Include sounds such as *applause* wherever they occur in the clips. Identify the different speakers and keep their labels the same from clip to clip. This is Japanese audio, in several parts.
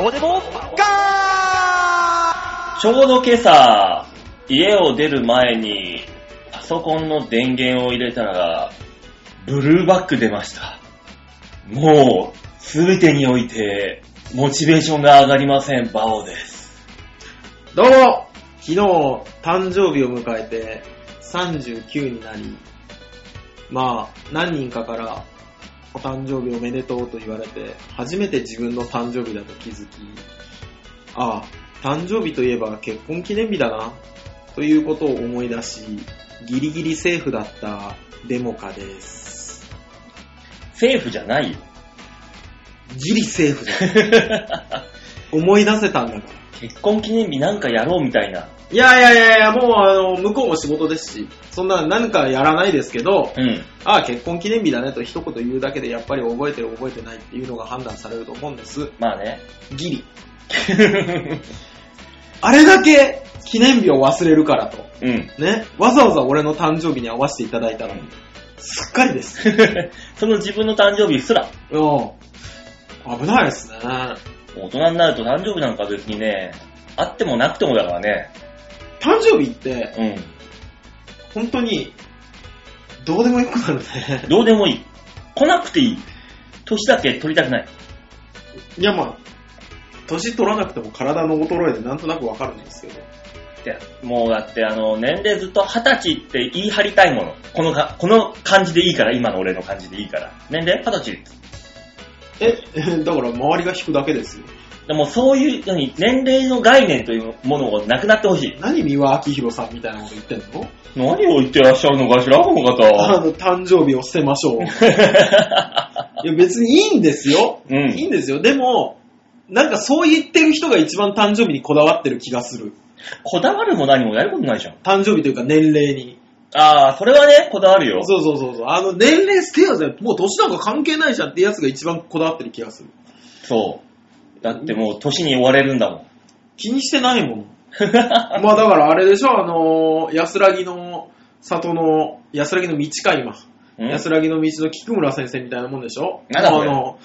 Speaker 1: こでもガ
Speaker 2: ちょうど今朝、家を出る前に、パソコンの電源を入れたら、ブルーバック出ました。もう、すべてにおいて、モチベーションが上がりません、バオです。
Speaker 3: どうも昨日、誕生日を迎えて、39になり、まあ、何人かから、お誕生日おめでとうと言われて、初めて自分の誕生日だと気づき、ああ、誕生日といえば結婚記念日だな、ということを思い出し、ギリギリセーフだったデモカです。
Speaker 2: セーフじゃない *laughs* よ。
Speaker 3: ギリセーフだ。思い出せたんだから。
Speaker 2: 結婚記念日なんかやろうみたいな。
Speaker 3: いやいやいやいや、もうあの、向こうも仕事ですし、そんな何かやらないですけど、
Speaker 2: うん。
Speaker 3: ああ、結婚記念日だねと一言言うだけでやっぱり覚えてる覚えてないっていうのが判断されると思うんです。
Speaker 2: まあね。
Speaker 3: ギリ。あれだけ記念日を忘れるからと。
Speaker 2: *laughs* *laughs* うん。
Speaker 3: ね。わざわざ俺の誕生日に合わせていただいたのに。すっかりです。
Speaker 2: その自分の誕生日すら、
Speaker 3: うん。危ないですね。
Speaker 2: 大人になると誕生日なんか別にね、あってもなくてもだからね。
Speaker 3: 誕生日って、
Speaker 2: う
Speaker 3: 本当に、どうでもよくなる
Speaker 2: ん。
Speaker 3: ね。
Speaker 2: どうでもいい。来なくていい。年だけ取りたくない。
Speaker 3: いやまあ、年取らなくても体の衰えでなんとなくわかるんですけど。
Speaker 2: ってもうだってあの、年齢ずっと二十歳って言い張りたいもの。このか、この感じでいいから、今の俺の感じでいいから。年齢二十歳。
Speaker 3: え、 *laughs* だから周りが引くだけですよ。
Speaker 2: でもそういう、何、年齢の概念というものがなくなってほしい。
Speaker 3: 何三輪明宏さんみたいなこと言ってんの
Speaker 2: 何を言ってらっしゃるのかしら、この
Speaker 3: あ
Speaker 2: 方。
Speaker 3: の、誕生日を捨てましょう。いや、別にいいんですよ。
Speaker 2: うん
Speaker 3: いいんですよ。でも、なんかそう言ってる人が一番誕生日にこだわってる気がする。
Speaker 2: *laughs* こだわるも何もやることないじゃん。
Speaker 3: 誕生日というか年齢に。
Speaker 2: ああ、それはね、こだわるよ。
Speaker 3: そうそうそうそう。あの、年齢捨てようぜ。もう年なんか関係ないじゃんってやつが一番こだわってる気がする。
Speaker 2: そう。だってもう年に追われるんだもん。
Speaker 3: 気にしてないもん。まあだからあれでしょ、あのー安らぎの里の、安らぎの道か今。
Speaker 2: うん
Speaker 3: 安らぎの道の菊村先生みたいなもんでしょ
Speaker 2: なんだ
Speaker 3: もう
Speaker 2: これ
Speaker 3: あの、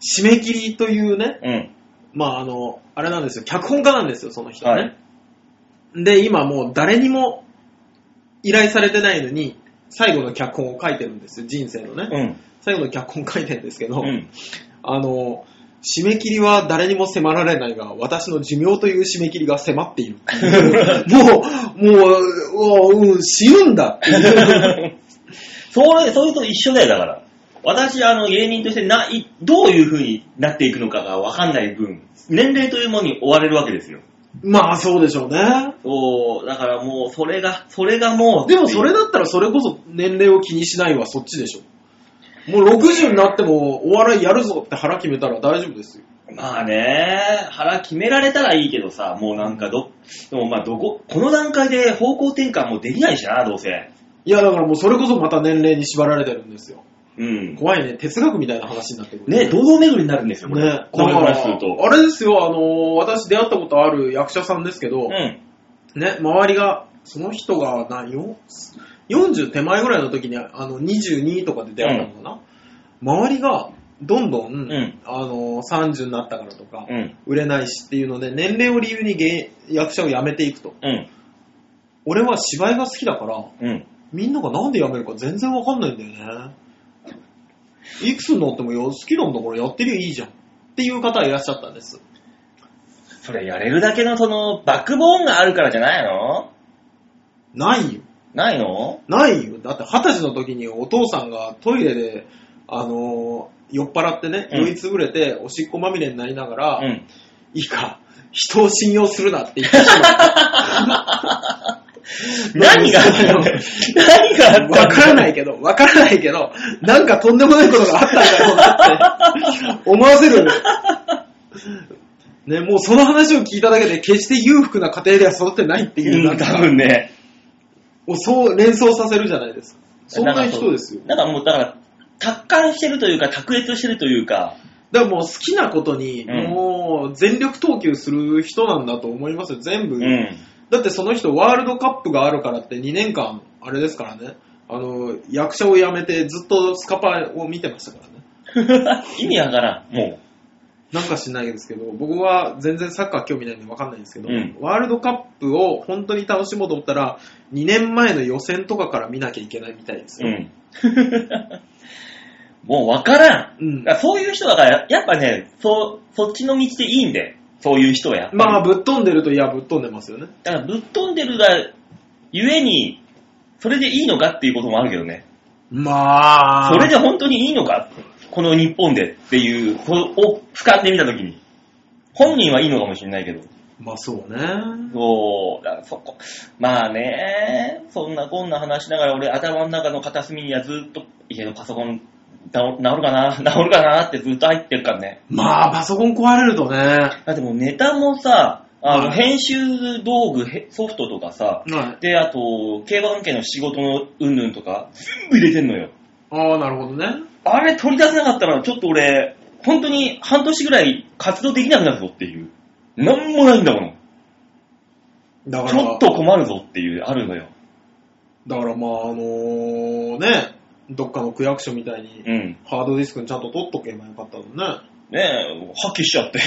Speaker 3: 締め切りというね、
Speaker 2: うん。
Speaker 3: まああの、あれなんですよ、脚本家なんですよ、その人は
Speaker 2: は
Speaker 3: ね。
Speaker 2: い。
Speaker 3: で、今もう誰にも依頼されてないのに、最後の脚本を書いてるんですよ、人生のね。
Speaker 2: うん。
Speaker 3: 最後の脚本書いてるんですけど、
Speaker 2: うん。
Speaker 3: あの、締め切りは誰にも迫られないが、私の寿命という締め切りが迫っている。
Speaker 2: *laughs*
Speaker 3: もう、もう、うわうん、死ぬんだって
Speaker 2: *laughs*
Speaker 3: いう。
Speaker 2: そういう、そういうと一緒だよ、だから。私、あの、芸人としてない、どういう風になっていくのかがわかんない分、年齢というものに追われるわけですよ。
Speaker 3: まあ、そうでしょうね。
Speaker 2: そう、だからもう、それが、それがもう、
Speaker 3: でもそれだったらそれこそ年齢を気にしないはそっちでしょ。もう60になってもお笑いやるぞって腹決めたら大丈夫ですよ。
Speaker 2: まあね、腹決められたらいいけどさ、もうなんかど、でもまあどこ、この段階で方向転換もできないしな、どうせ。
Speaker 3: いやだからもうそれこそまた年齢に縛られてるんですよ。
Speaker 2: うん。
Speaker 3: 怖いね、哲学みたいな話になってくる。
Speaker 2: ね、堂々巡りになるんですよ、これ。
Speaker 3: ね、
Speaker 2: こういう
Speaker 3: だから
Speaker 2: 話すると。
Speaker 3: あれですよ、あの、私出会ったことある役者さんですけど、
Speaker 2: うん。
Speaker 3: ね、周りが、その人が何よ、40手前ぐらいの時に、あの、22とかで出会ったのかな、周りが、どんどん、
Speaker 2: ん
Speaker 3: あの、30になったからとか、
Speaker 2: うん。
Speaker 3: 売れないしっていうので、年齢を理由に芸役者を辞めていくと。
Speaker 2: うん。
Speaker 3: 俺は芝居が好きだから、
Speaker 2: うん。
Speaker 3: みんながなんで辞めるか全然わかんないんだよね。いくつになってもよ好きなんだからやってりゃいいじゃん。っていう方いらっしゃったんです。
Speaker 2: それやれるだけのその、バックボーンがあるからじゃないの
Speaker 3: ないよ。
Speaker 2: ないの
Speaker 3: ないよ。だって二十歳の時にお父さんがトイレで、あのー酔っ払ってね、
Speaker 2: うん
Speaker 3: 酔いつぶれて、おしっこまみれになりながら、
Speaker 2: うん。
Speaker 3: いいか、人を信用するなって言ってしまう
Speaker 2: *laughs* 何があったの何があったの
Speaker 3: *laughs* わからないけど、わからないけど、なんかとんでもないことがあったんだろうなって思わせる。ね、もうその話を聞いただけで、決して裕福な家庭では育ってないっていう、
Speaker 2: う
Speaker 3: なん
Speaker 2: ん、
Speaker 3: か
Speaker 2: 多、分ね。
Speaker 3: をそう連想させるじゃないですか。そんな人ですよ。
Speaker 2: なんかもう、だから、達観してるというか、卓越してるというか、
Speaker 3: だからもう好きなことに、
Speaker 2: うん
Speaker 3: もう全力投球する人なんだと思いますよ、全部。
Speaker 2: うん。
Speaker 3: だってその人ワールドカップがあるからって2年間、あれですからね、あの、役者を
Speaker 2: *laughs*
Speaker 3: 辞めてずっとスカパーを見てましたからね。
Speaker 2: 意味わからん、も
Speaker 3: なんか知んないですけど、僕は全然サッカー興味ないんでわかんないんですけど、
Speaker 2: うん
Speaker 3: ワールドカップを本当に楽しもうと思ったら、2年前の予選とかから見なきゃいけないみたいです
Speaker 2: う
Speaker 3: よ。
Speaker 2: ん。 *laughs* もうわから
Speaker 3: う
Speaker 2: ん。
Speaker 3: ん
Speaker 2: だからそういう人だから、やっぱね、そ、そっちの道でいいんで、そういう人はやっぱり
Speaker 3: まあ、ぶっ飛んでるといや、ぶっ飛んでますよね。
Speaker 2: だからぶっ飛んでるが、ゆえに、それでいいのかっていうこともあるけどね。
Speaker 3: まあ、
Speaker 2: それで本当にいいのかこの日本でっていう、これを掴んでみたときに。本人はいいのかもしれないけど。
Speaker 3: まあそうね。
Speaker 2: そう、だからそこ。まあね、そんなこんな話しながら俺頭の中の片隅にはずっと家のパソコン直治るかな *laughs* 治るかなってずっと入ってるからね。
Speaker 3: まあ、パソコン壊れるとね。は
Speaker 2: だってもうネタもさ、あ
Speaker 3: う
Speaker 2: の
Speaker 3: ん
Speaker 2: 編集道具、へソフトとかさ、
Speaker 3: い。
Speaker 2: で、あと、競馬関係の仕事のうんぬんとか、全部入れてんのよ。
Speaker 3: ああ、なるほどね。
Speaker 2: あれ取り出せなかったら、ちょっと俺、本当に半年ぐらい活動できなくなるぞっていう。なんもないんだもん。
Speaker 3: だか
Speaker 2: ち
Speaker 3: ら、
Speaker 2: ょっと困るぞっていう、あるのよ。
Speaker 3: だからまあ、あのーね、どっかの区役所みたいに、
Speaker 2: うん。
Speaker 3: ハードディスクにちゃんと取っとけばよかったのね。
Speaker 2: ねえ、破棄しちゃ
Speaker 3: *laughs*
Speaker 2: って。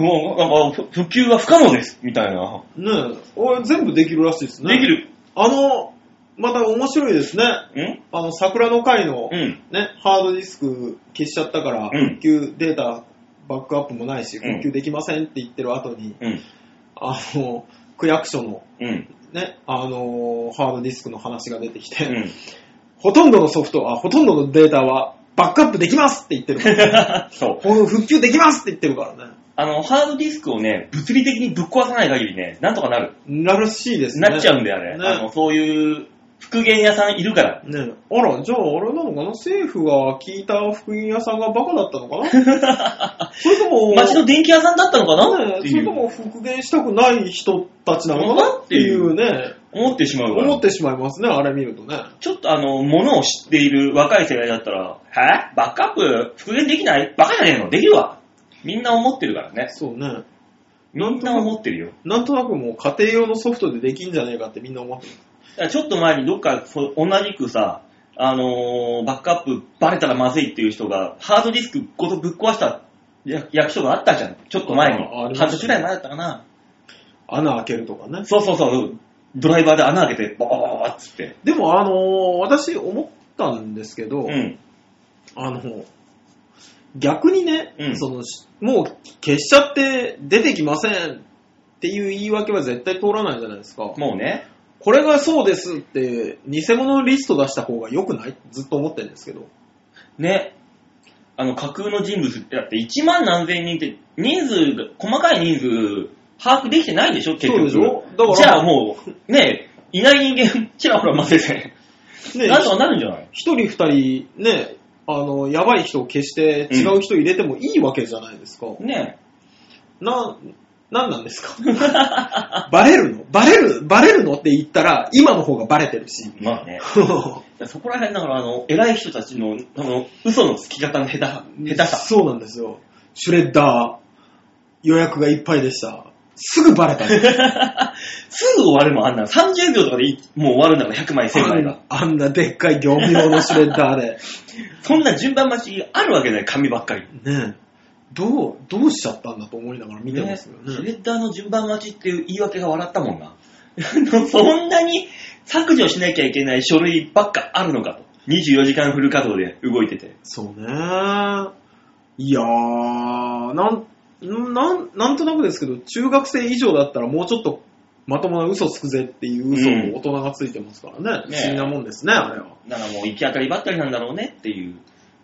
Speaker 2: もう、なんか、ふ普及は不可能です、みたいな。
Speaker 3: ねえ、俺全部できるらしいですね。
Speaker 2: でき。る。
Speaker 3: あの、また面白いですね。
Speaker 2: ん
Speaker 3: あの、桜の会の
Speaker 2: う、ん。
Speaker 3: ね、ハードディスク消しちゃったから、
Speaker 2: うん
Speaker 3: 復旧データバックアップもないし、
Speaker 2: うん
Speaker 3: 復旧できませんって言ってる後に、
Speaker 2: うん。
Speaker 3: あの、区役所の、
Speaker 2: うん。
Speaker 3: ね、あの、ハードディスクの話が出てきて、
Speaker 2: うん。
Speaker 3: ほとんどのソフト、あ、ほとんどのデータはバックアップできますって言ってるから
Speaker 2: *laughs* そう。
Speaker 3: この復旧できますって言ってるから
Speaker 2: あの、ハードディスクをね、物理的にぶっ壊さない限りね、なんとかなる。
Speaker 3: ね。らしいですね。
Speaker 2: なっちゃうんだよね。
Speaker 3: ね
Speaker 2: あの、そういう復元屋さんいるから。
Speaker 3: ねえ、あら、じゃああれなのかな政府が聞いた福音屋さんがバカだったのかな
Speaker 2: *laughs*
Speaker 3: それとも、
Speaker 2: 街の電気屋さんだったのか
Speaker 3: ね
Speaker 2: な
Speaker 3: え
Speaker 2: って
Speaker 3: そ
Speaker 2: い
Speaker 3: れと
Speaker 2: う、
Speaker 3: も復元したくない人たちなのかなっていうね、
Speaker 2: 思ってしまうから。
Speaker 3: 思ってしまいますね、あれ見るとね。
Speaker 2: ちょっとあの、ものを知っている若い世代だったら、えバックアップ復元できないバカじゃねえのできるわ。みんな思ってるからね。
Speaker 3: そうね。
Speaker 2: みんな思ってるよ。
Speaker 3: なんとなくもう家庭用のソフトでできんじゃねえかってみんな思ってる。
Speaker 2: だからちょっと前にどっかそう同じくさ、あのーバックアップバレたらまずいっていう人が、ハードディスクごとぶっ壊した役役所があったじゃん。ちょっと前
Speaker 3: ああ
Speaker 2: に。
Speaker 3: あ
Speaker 2: 半
Speaker 3: りましたね
Speaker 2: 年ぐらい前だったかな。
Speaker 3: 穴開けるとかね。
Speaker 2: そうそうそう。ドライバーで穴開けて、ボーっつって。
Speaker 3: でもあのー私思ったんですけど、
Speaker 2: うん。
Speaker 3: あの、逆にね、
Speaker 2: うん
Speaker 3: そのしもう消しちゃって出てきませんっていう言い訳は絶対通らないじゃないですか。
Speaker 2: もうね。
Speaker 3: これがそうですって、偽物リスト出した方が良くないずっと思ってるんですけど。
Speaker 2: ね。あの、架空の人物って、だって1万何千人って、人数が、細かい人数、把握できてないでしょ結
Speaker 3: そう
Speaker 2: 局。
Speaker 3: でしょだから、
Speaker 2: じゃあもう、ね、いない人間、ちらほら混ぜて、
Speaker 3: ね、
Speaker 2: なんとかなるんじゃない
Speaker 3: 一人二人、ね、あの、やばい人を消して違う人入れてもいいわけじゃないですか。
Speaker 2: ね。
Speaker 3: な、なんなんですか
Speaker 2: *laughs*
Speaker 3: バレるのバレる、バレるのって言ったら、今の方がバレてるし。 *laughs*
Speaker 2: まあね。そこら辺、だから、あの、偉い人たちの、あの、嘘のつき方の下手、下手さ。
Speaker 3: そうなんですよ。シュレッダー、予約がいっぱいでした。すぐバレた。
Speaker 2: すぐ終わるもん、あんなの。30秒とかでいいもう終わるんだから、100枚、1000枚が。
Speaker 3: *laughs* あんなでっかい業務用のシュレッダーで。
Speaker 2: そんな順番待ちあるわけない、紙ばっかり。
Speaker 3: ねえ。どう、どうしちゃったんだと思いながら見てま
Speaker 2: ね、
Speaker 3: す
Speaker 2: シ
Speaker 3: よ
Speaker 2: ュレ
Speaker 3: ね。
Speaker 2: ッダーの順番待ちっていう言い訳が笑ったもんな。 *laughs* そんなに削除しなきゃいけない書類ばっかあるのかと。24時間フル稼働で動いてて。
Speaker 3: そうね。いやー、なん、なん、なんとなくですけど、中学生以上だったらもうちょっとまともな嘘つくぜっていう嘘
Speaker 2: うん
Speaker 3: を大人がついてますからね。
Speaker 2: ねえ
Speaker 3: 不思議なもんですね、あれは。
Speaker 2: だからもう行き当たりばったりなんだろうねっていう。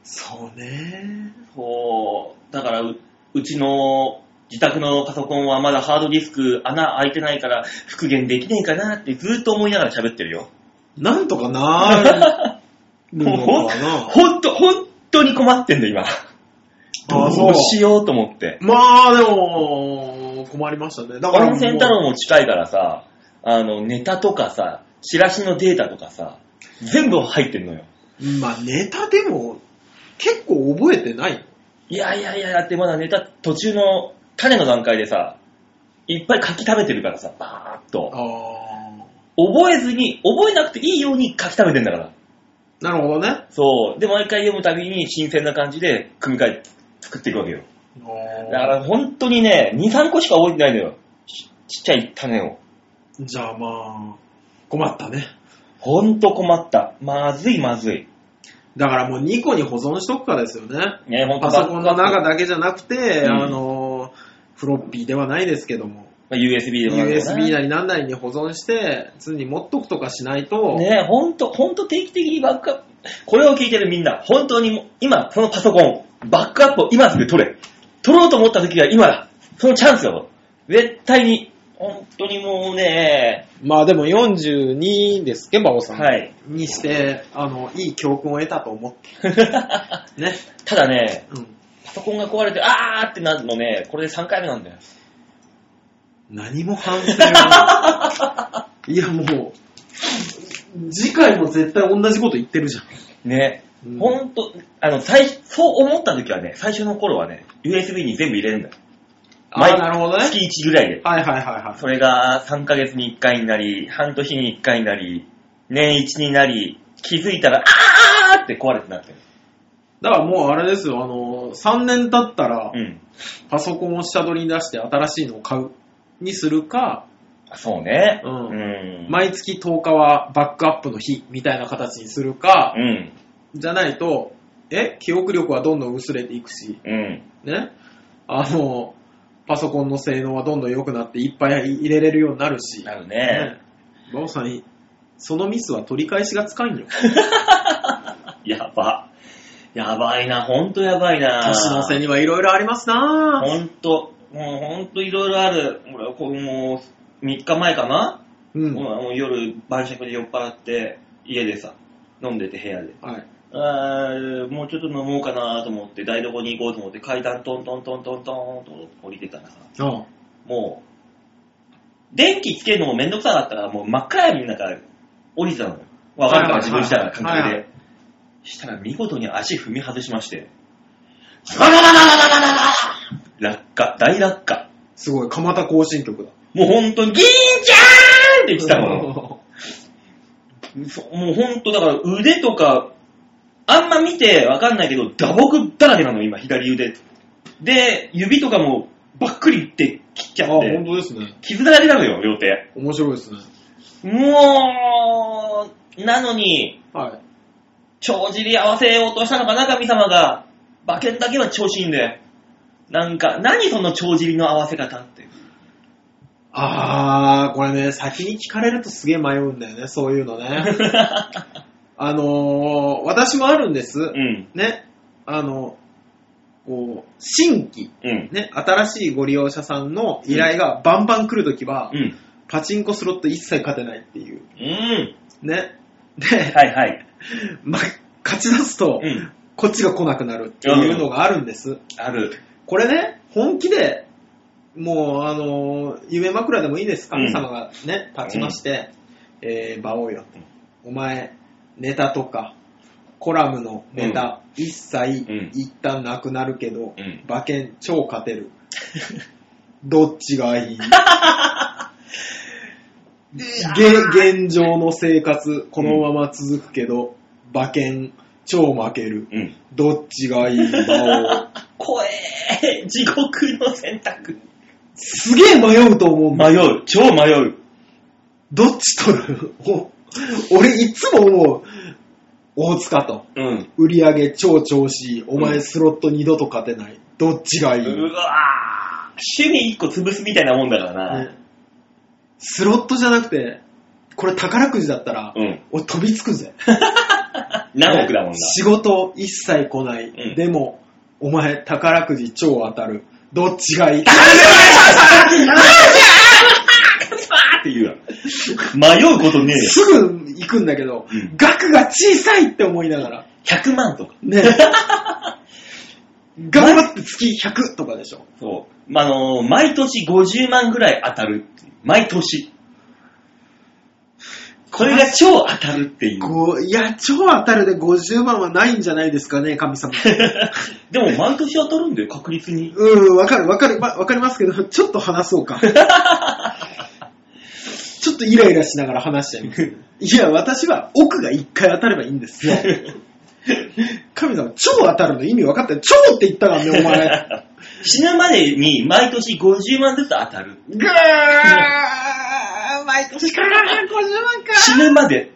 Speaker 3: そうね。
Speaker 2: そう、だからう、うちの自宅のパソコンはまだハードディスク穴開いてないから復元できねえかなってずっと思いながら喋ってるよ。
Speaker 3: なんとか
Speaker 2: *laughs*
Speaker 3: なーるのかな。
Speaker 2: ほんと、ほんとに困ってんだ今。
Speaker 3: あ
Speaker 2: ど
Speaker 3: そう
Speaker 2: うしようと思って。
Speaker 3: まあ、でも、困りましたね。だからもう、
Speaker 2: 温泉太郎も近いからさ、あの、ネタとかさ、チラシのデータとかさ、全部入ってんのよ。
Speaker 3: まあ、ネタでも、結構覚えてない。
Speaker 2: いやいやいや、だってまだネタ途中の種の段階でさ、いっぱい柿食べてるからさ、バーっと。
Speaker 3: あ
Speaker 2: 覚えずに、覚えなくていいように書き溜めてんだから。
Speaker 3: ー。なるほどね。
Speaker 2: そう。で、毎回読むたびに新鮮な感じで、組み替え、作っていくわけよ。だから本当にね、2、3個しか覚えてないのよ。ちちっちゃい種を。
Speaker 3: じゃあまあ、困ったね。
Speaker 2: ほんと困った。まずいまずい。
Speaker 3: だからもう2個に保存しとくかですよね。
Speaker 2: ね、ほんと
Speaker 3: パソコンの中
Speaker 2: バックアッ
Speaker 3: だけじゃなくて、
Speaker 2: うん
Speaker 3: あの、フロッピーではないですけども、
Speaker 2: プまあ USB でもなくてね
Speaker 3: USB なり何なりに保存して、常に持っとくとかしないと、
Speaker 2: ね、ほんと、ほんと定期的にバックアップ。これを聞いてるみんな、本当にもう今、そのパソコン、バックアップを今すぐ取れ。取ろうと思った時が今だ。そのチャンスよ。絶対に。本当にもうね、
Speaker 1: まあでも42ですっけ、馬王さん。
Speaker 2: はい。
Speaker 3: にして、あの、いい教訓を得たと思って、ね。
Speaker 2: ただね、
Speaker 3: うん。
Speaker 2: パソコンが壊れて、あーってなるのね、これで3回目なんだよ。
Speaker 3: 何も反省がない。いやもう、次回も絶対同じこと言ってるじゃん。
Speaker 2: ね。
Speaker 3: うん
Speaker 2: ほんと、あの、最初、そう思った時はね、最初の頃はね、USB に全部入れるんだよ。
Speaker 3: ああ、なるほどね。
Speaker 2: 月1ぐらいで。
Speaker 3: はいはいはいは
Speaker 2: それが3ヶ月に1回になり、半年に1回になり、年1になり、気づいたら、あーって壊れてなって
Speaker 3: い。
Speaker 2: る。
Speaker 3: だからもうあれですよ、あの、3年経ったら、
Speaker 2: うん。
Speaker 3: パソコンを下取りに出して新しいのを買うにするか、
Speaker 2: そうね。
Speaker 3: うん
Speaker 2: うん。
Speaker 3: 毎月10日はバックアップの日みたいな形にするか
Speaker 2: う、ん。
Speaker 3: じゃないと、え、記憶力はどんどん薄れていくし、
Speaker 2: うん。
Speaker 3: ね、あの、パソコンの性能はどんどん良くなっていっぱい入れれるようになるし、
Speaker 2: なる
Speaker 3: ね
Speaker 2: ね。、
Speaker 3: バオさん、そのミスは取り返しがつかんよ。
Speaker 2: やば。やばいな、ほんとやばいな。
Speaker 3: 年の瀬にはいろいろありますな
Speaker 2: ほんと、もうほんといろいろある。俺、こうもう、3日前かな、
Speaker 3: う
Speaker 2: も
Speaker 3: ん。
Speaker 2: うもう夜、晩酌で酔っ払って、家でさ、飲んでて部屋で。
Speaker 3: はい。
Speaker 2: あーもうちょっと飲もうかなと思って、台所に行こうと思って、階段トントントントントンと降りてたらさ、
Speaker 3: あ
Speaker 2: もう、電気つけるのもめんどくさかったから、もう真っ暗闇の中、降りてたのよ。わかるか
Speaker 3: は
Speaker 2: ら
Speaker 3: いはい
Speaker 2: 自分したら感
Speaker 3: はい
Speaker 2: 覚
Speaker 3: は
Speaker 2: で。したら見事に足踏み外しまして、ズバラバラバラバラバラ落下、大落下。
Speaker 3: すごい、蒲田行進曲だ。
Speaker 2: もうほんとに、ギーンちゃーんって来たもの。そもうほんとだから腕とか、あんま見てわかんないけど、打撲だらけなの、今、左腕。で、指とかもばっくりって切っち
Speaker 3: あ、
Speaker 2: ゃっ
Speaker 3: 本
Speaker 2: て、
Speaker 3: 当ですね。
Speaker 2: 傷だらけなのよ、両手。
Speaker 3: 面白いですね。
Speaker 2: もう、なのに、
Speaker 3: はい。
Speaker 2: 帳尻合わせようとしたのかな、神様が。馬券だけは調子いいんだよ。なんか、何その帳尻の合わせ方って。
Speaker 3: あー、これね、先に聞かれるとすげえ迷うんだよね、そういうの
Speaker 2: *laughs*
Speaker 3: ね。あのー、私もあるんです。
Speaker 2: うん、
Speaker 3: ね。あの、こう、新規、
Speaker 2: うん、
Speaker 3: ね、新しいご利用者さんの依頼がバンバン来るときは、
Speaker 2: うん、
Speaker 3: パチンコスロット一切勝てないっていう。
Speaker 2: うん。
Speaker 3: ね。で、
Speaker 2: はいはい。
Speaker 3: ま、勝ち出すと、
Speaker 2: うん、
Speaker 3: こっちが来なくなるっていうのがあるんです。
Speaker 2: ある。
Speaker 3: これね、本気で、もう、あのー夢枕でもいいです。神様がね、立ちまして、えー、馬王よ。お前、ネタとか、コラムのネタ、一切
Speaker 2: うん、
Speaker 3: 一旦なくなるけど、
Speaker 2: うん
Speaker 3: 馬券超勝て
Speaker 2: *laughs*
Speaker 3: る。どっちがいいげ現状の生活、このまま続くけど、馬券超負ける。
Speaker 2: うん。
Speaker 3: どっちがいい馬王。
Speaker 2: 怖え地獄の選択。
Speaker 3: すげえ迷うと思うんだ。
Speaker 2: 迷う。超迷う。
Speaker 3: どっち取るお俺いつも思う。大塚と。
Speaker 2: うん。
Speaker 3: 売り上げ超調子いい。お
Speaker 2: う
Speaker 3: 前
Speaker 2: ん
Speaker 3: スロット二度と勝てない。どっちがいい、
Speaker 2: うわぁ。趣味一個潰すみたいなもんだからな。
Speaker 3: ねスロットじゃなくて、これ宝くじだったら、
Speaker 2: うん。
Speaker 3: 俺飛びつくぜ。
Speaker 2: 何億だもんな。
Speaker 3: 仕事一切来ない。
Speaker 2: うん
Speaker 3: でも、お前宝くじ超当たる。どっちが
Speaker 2: *laughs*
Speaker 3: いい
Speaker 2: あーって言うわ。迷うことねえよ。
Speaker 3: *laughs* すぐ行くんだけど、
Speaker 2: うん
Speaker 3: 額が小さいって思いながら。
Speaker 2: 100万とか。
Speaker 3: ね *laughs* 頑張って月100とかでしょ。
Speaker 2: そう。まあのー毎年50万ぐらい当たるっていう。毎年。これが超当たるっていう。
Speaker 3: こういや、超当たるで50万はないんじゃないですかね、神様。
Speaker 2: でも毎年当たるんだよ、確率 *laughs* に。
Speaker 3: *laughs* うん、わかる、わかる、わわかりますけど、ちょっと話そう *laughs* か。ちょっとイライラしながら話しちゃいます。いや、私は奥が1回当たればいいんですよ。神様、超当たるの意味分かってる。超って言ったからね、お前。
Speaker 2: *laughs* 死ぬまでに毎年50万ずつ当たる。
Speaker 3: *laughs* ぐー毎年から50万か
Speaker 2: 死ぬまで。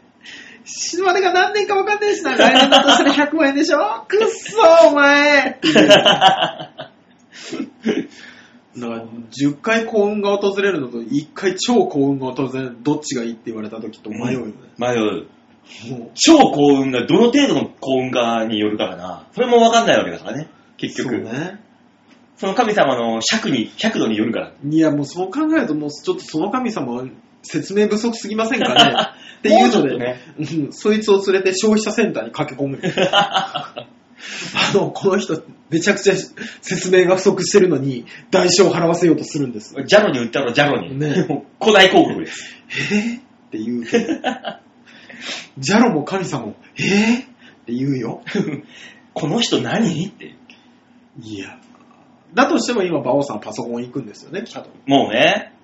Speaker 3: 死ぬまでが何年か分かんないしな。来年だとしたら100万円でしょくっそ、お前 *laughs* なんか10回幸運が訪れるのと1回超幸運が訪れるのどっちがいいって言われた時と迷うよね。
Speaker 2: 迷う。
Speaker 3: もう
Speaker 2: 超幸運が、どの程度の幸運かによるからな。それもわかんないわけだからね。結
Speaker 3: そう
Speaker 2: 局。そ,、
Speaker 3: ね。
Speaker 2: の神様の尺に、尺度によるから。
Speaker 3: いや、もうそう考えると、もうちょっとその神様は説明不足すぎませんかねっていうの
Speaker 2: もうちょっと
Speaker 3: で、
Speaker 2: ね
Speaker 3: うんそいつを連れて消費者センターに駆け込むよ。あの、この人、めちゃくちゃ説明が不足してるのに、代償を払わせようとするんです。
Speaker 2: ジャロに売ったろ、ジャロに。
Speaker 3: ね
Speaker 2: もう古代広告です。
Speaker 3: って言うけど、ジャロも神様も、えぇ、って言うよ。
Speaker 2: この人何って。
Speaker 3: いや。だとしても今、馬王さんはパソコン行くんですよね、きっと。
Speaker 2: もうね、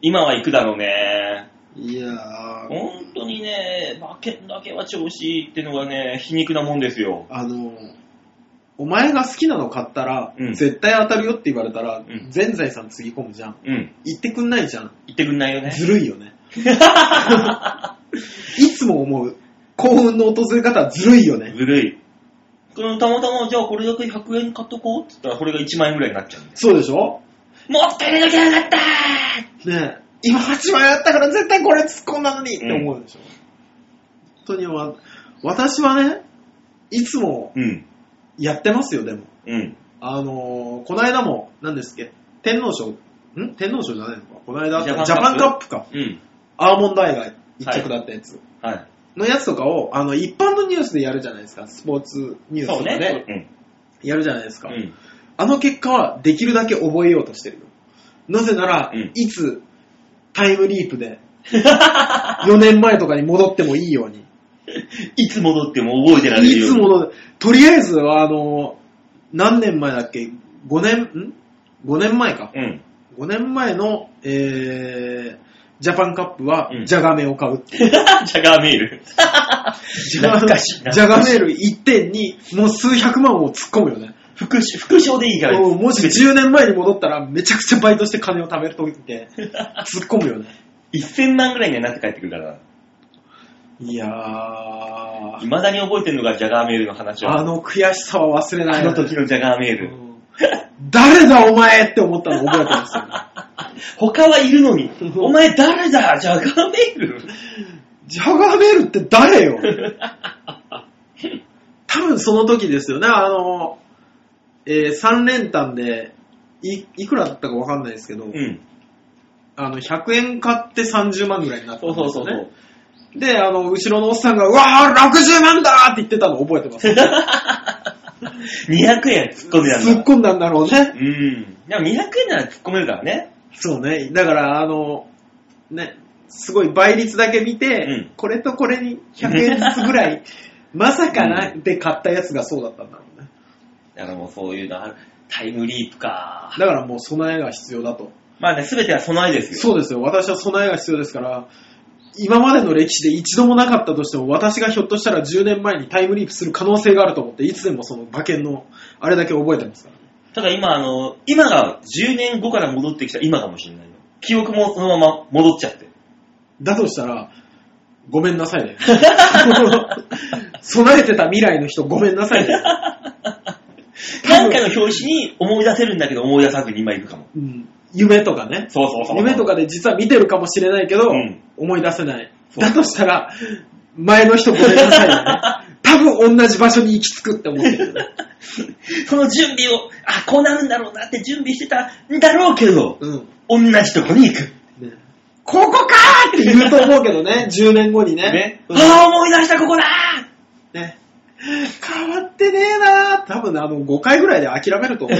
Speaker 2: 今は行くだろうね。
Speaker 3: いやー、
Speaker 2: 本当にね、馬券だけは調子いいってのがね、皮肉なもんですよ。
Speaker 3: あの、お前が好きなの買ったら、
Speaker 2: うん
Speaker 3: 絶対当たるよって言われたら、
Speaker 2: ん
Speaker 3: 全財産つぎ込むじゃん。
Speaker 2: うん。
Speaker 3: 言ってくんないじゃん。
Speaker 2: 言ってくんないよね。
Speaker 3: ずるいよね。いつも思う。幸運の訪れ方はずるいよね。
Speaker 2: ずるい。このたまたま、じゃあこれだけ100円買っとこうって言ったら、これが1万円ぐらいになっちゃうんで
Speaker 3: そうでしょ
Speaker 2: す。もったいなきゃなかった
Speaker 3: ねえ今8万円あったから絶対これ突っ込んだのにって思うでしょ。本当にわ、私はね、いつも
Speaker 2: うん。
Speaker 3: やってますよ、でも。
Speaker 2: うん。
Speaker 3: あのー、この間も、何ですっけ、天皇賞、ん天皇賞じゃないのか。この間あったジ
Speaker 2: ジャ
Speaker 3: ャパ
Speaker 2: パ
Speaker 3: ン
Speaker 2: ン
Speaker 3: カ
Speaker 2: カ
Speaker 3: ップか。
Speaker 2: うん。
Speaker 3: アーモンドアイが一着だったやつ。
Speaker 2: はい。
Speaker 3: のやつとかを、あの、一般のニュースでやるじゃないですか。スポーツニュースと
Speaker 2: そう
Speaker 3: か
Speaker 2: ね。
Speaker 3: で、やるじゃないです
Speaker 2: う
Speaker 3: か。
Speaker 2: ん。うん。
Speaker 3: あの結果は、できるだけ覚えようとしてるよ。なぜなら、
Speaker 2: うん
Speaker 3: いつ、タイムリープで、4年前とかに戻ってもいいように。
Speaker 2: いつ戻っても覚えてられる
Speaker 3: い
Speaker 2: よ。
Speaker 3: つもの、とりあえず、あの、何年前だっけ ?5 年、ん ?5 年前か。
Speaker 2: うん。
Speaker 3: 5年前の、えー、ジャパンカップは
Speaker 2: う、ん
Speaker 3: ジャガメを買うっていう。
Speaker 2: *laughs* ジャガーメール。
Speaker 3: ジャガ
Speaker 2: 懐かしい懐かしい
Speaker 3: ジャガメール1点に、もう数百万を突っ込むよね。
Speaker 2: 副賞、副賞でいいから。
Speaker 3: もうもし10年前に戻ったら、めちゃくちゃバイトして金を貯めるとき
Speaker 2: *laughs*
Speaker 3: って、突っ込むよね。
Speaker 2: 1000万ぐらいにはなって帰ってくるから。
Speaker 3: いやー、あ
Speaker 2: 未だに覚えてるのがジャガーメールの話は。
Speaker 3: の悔しさは忘れない
Speaker 2: あ
Speaker 3: よ
Speaker 2: の
Speaker 3: ね。
Speaker 2: 時のジャガーメー
Speaker 3: う
Speaker 2: ル。
Speaker 3: ん誰だお前って思ったの覚えてます
Speaker 2: *laughs*
Speaker 3: よ、ね。
Speaker 2: 他はいるのに、お前誰だジャガーメール
Speaker 3: ジャガーメールって誰
Speaker 2: *laughs*
Speaker 3: よ多分その時ですよね、あの、え3連単でい、いくらだったかわかんないですけど、
Speaker 2: うん。
Speaker 3: あの、100円買って30万ぐらいになったん
Speaker 2: そ
Speaker 3: で
Speaker 2: う
Speaker 3: すよ
Speaker 2: そ
Speaker 3: ね。
Speaker 2: うそうそう。
Speaker 3: で、あの、後ろのおっさんが、うわー、60万だーって言ってたの覚えてます。 *laughs*
Speaker 2: 200円突っ込んでたんだ。
Speaker 3: 突っ込んだんだろうね。
Speaker 2: うん。でも200円なら突っ込めるからね。
Speaker 3: そうね。だから、あの、ね、すごい倍率だけ見て、
Speaker 2: うん
Speaker 3: これとこれに100円ずつぐ *laughs* らい、まさかな、
Speaker 2: う
Speaker 3: で買ったやつがそうだったんだろうね。
Speaker 2: だからもうそういうのある、タイムリープか。
Speaker 3: だからもう備えが必要だと。
Speaker 2: まあね、すべては備えですよ。
Speaker 3: そうですよ。私は備えが必要ですから、今までの歴史で一度もなかったとしても、私がひょっとしたら10年前にタイムリープする可能性があると思って、いつでもその馬券の、あれだけ覚えてますからね。
Speaker 2: ただ今、あの、今が10年後から戻ってきた今かもしれないの。記憶もそのまま戻っちゃって。
Speaker 3: だとしたら、ごめんなさいね。 *laughs* 備えてた未来の人、ごめんなさいね。
Speaker 2: なんかの表紙に思い出せるんだけど思い出さずに今いるかも。
Speaker 3: うん夢とかね。
Speaker 2: そうそうそう。
Speaker 3: 夢とか
Speaker 2: か。
Speaker 3: で実は見てるかもしれないけど、
Speaker 2: うん
Speaker 3: 思い出せない。
Speaker 2: そう
Speaker 3: だとしたら、前の人ごめんなさいね。
Speaker 2: *laughs*
Speaker 3: 多分同じ場所に行き着くって思ってるよね。
Speaker 2: その準備を、あ、こうなるんだろうなって準備してたんだろうけど、
Speaker 3: うん。
Speaker 2: 同じとこに行く。
Speaker 3: ねここかーって言うと思うけど *laughs* ね、10年後にね。
Speaker 2: ね。
Speaker 3: うん
Speaker 2: ああ、思い出した、ここだ
Speaker 3: ね変わってねえなー多分ねあの、5回ぐらいで諦めると思う。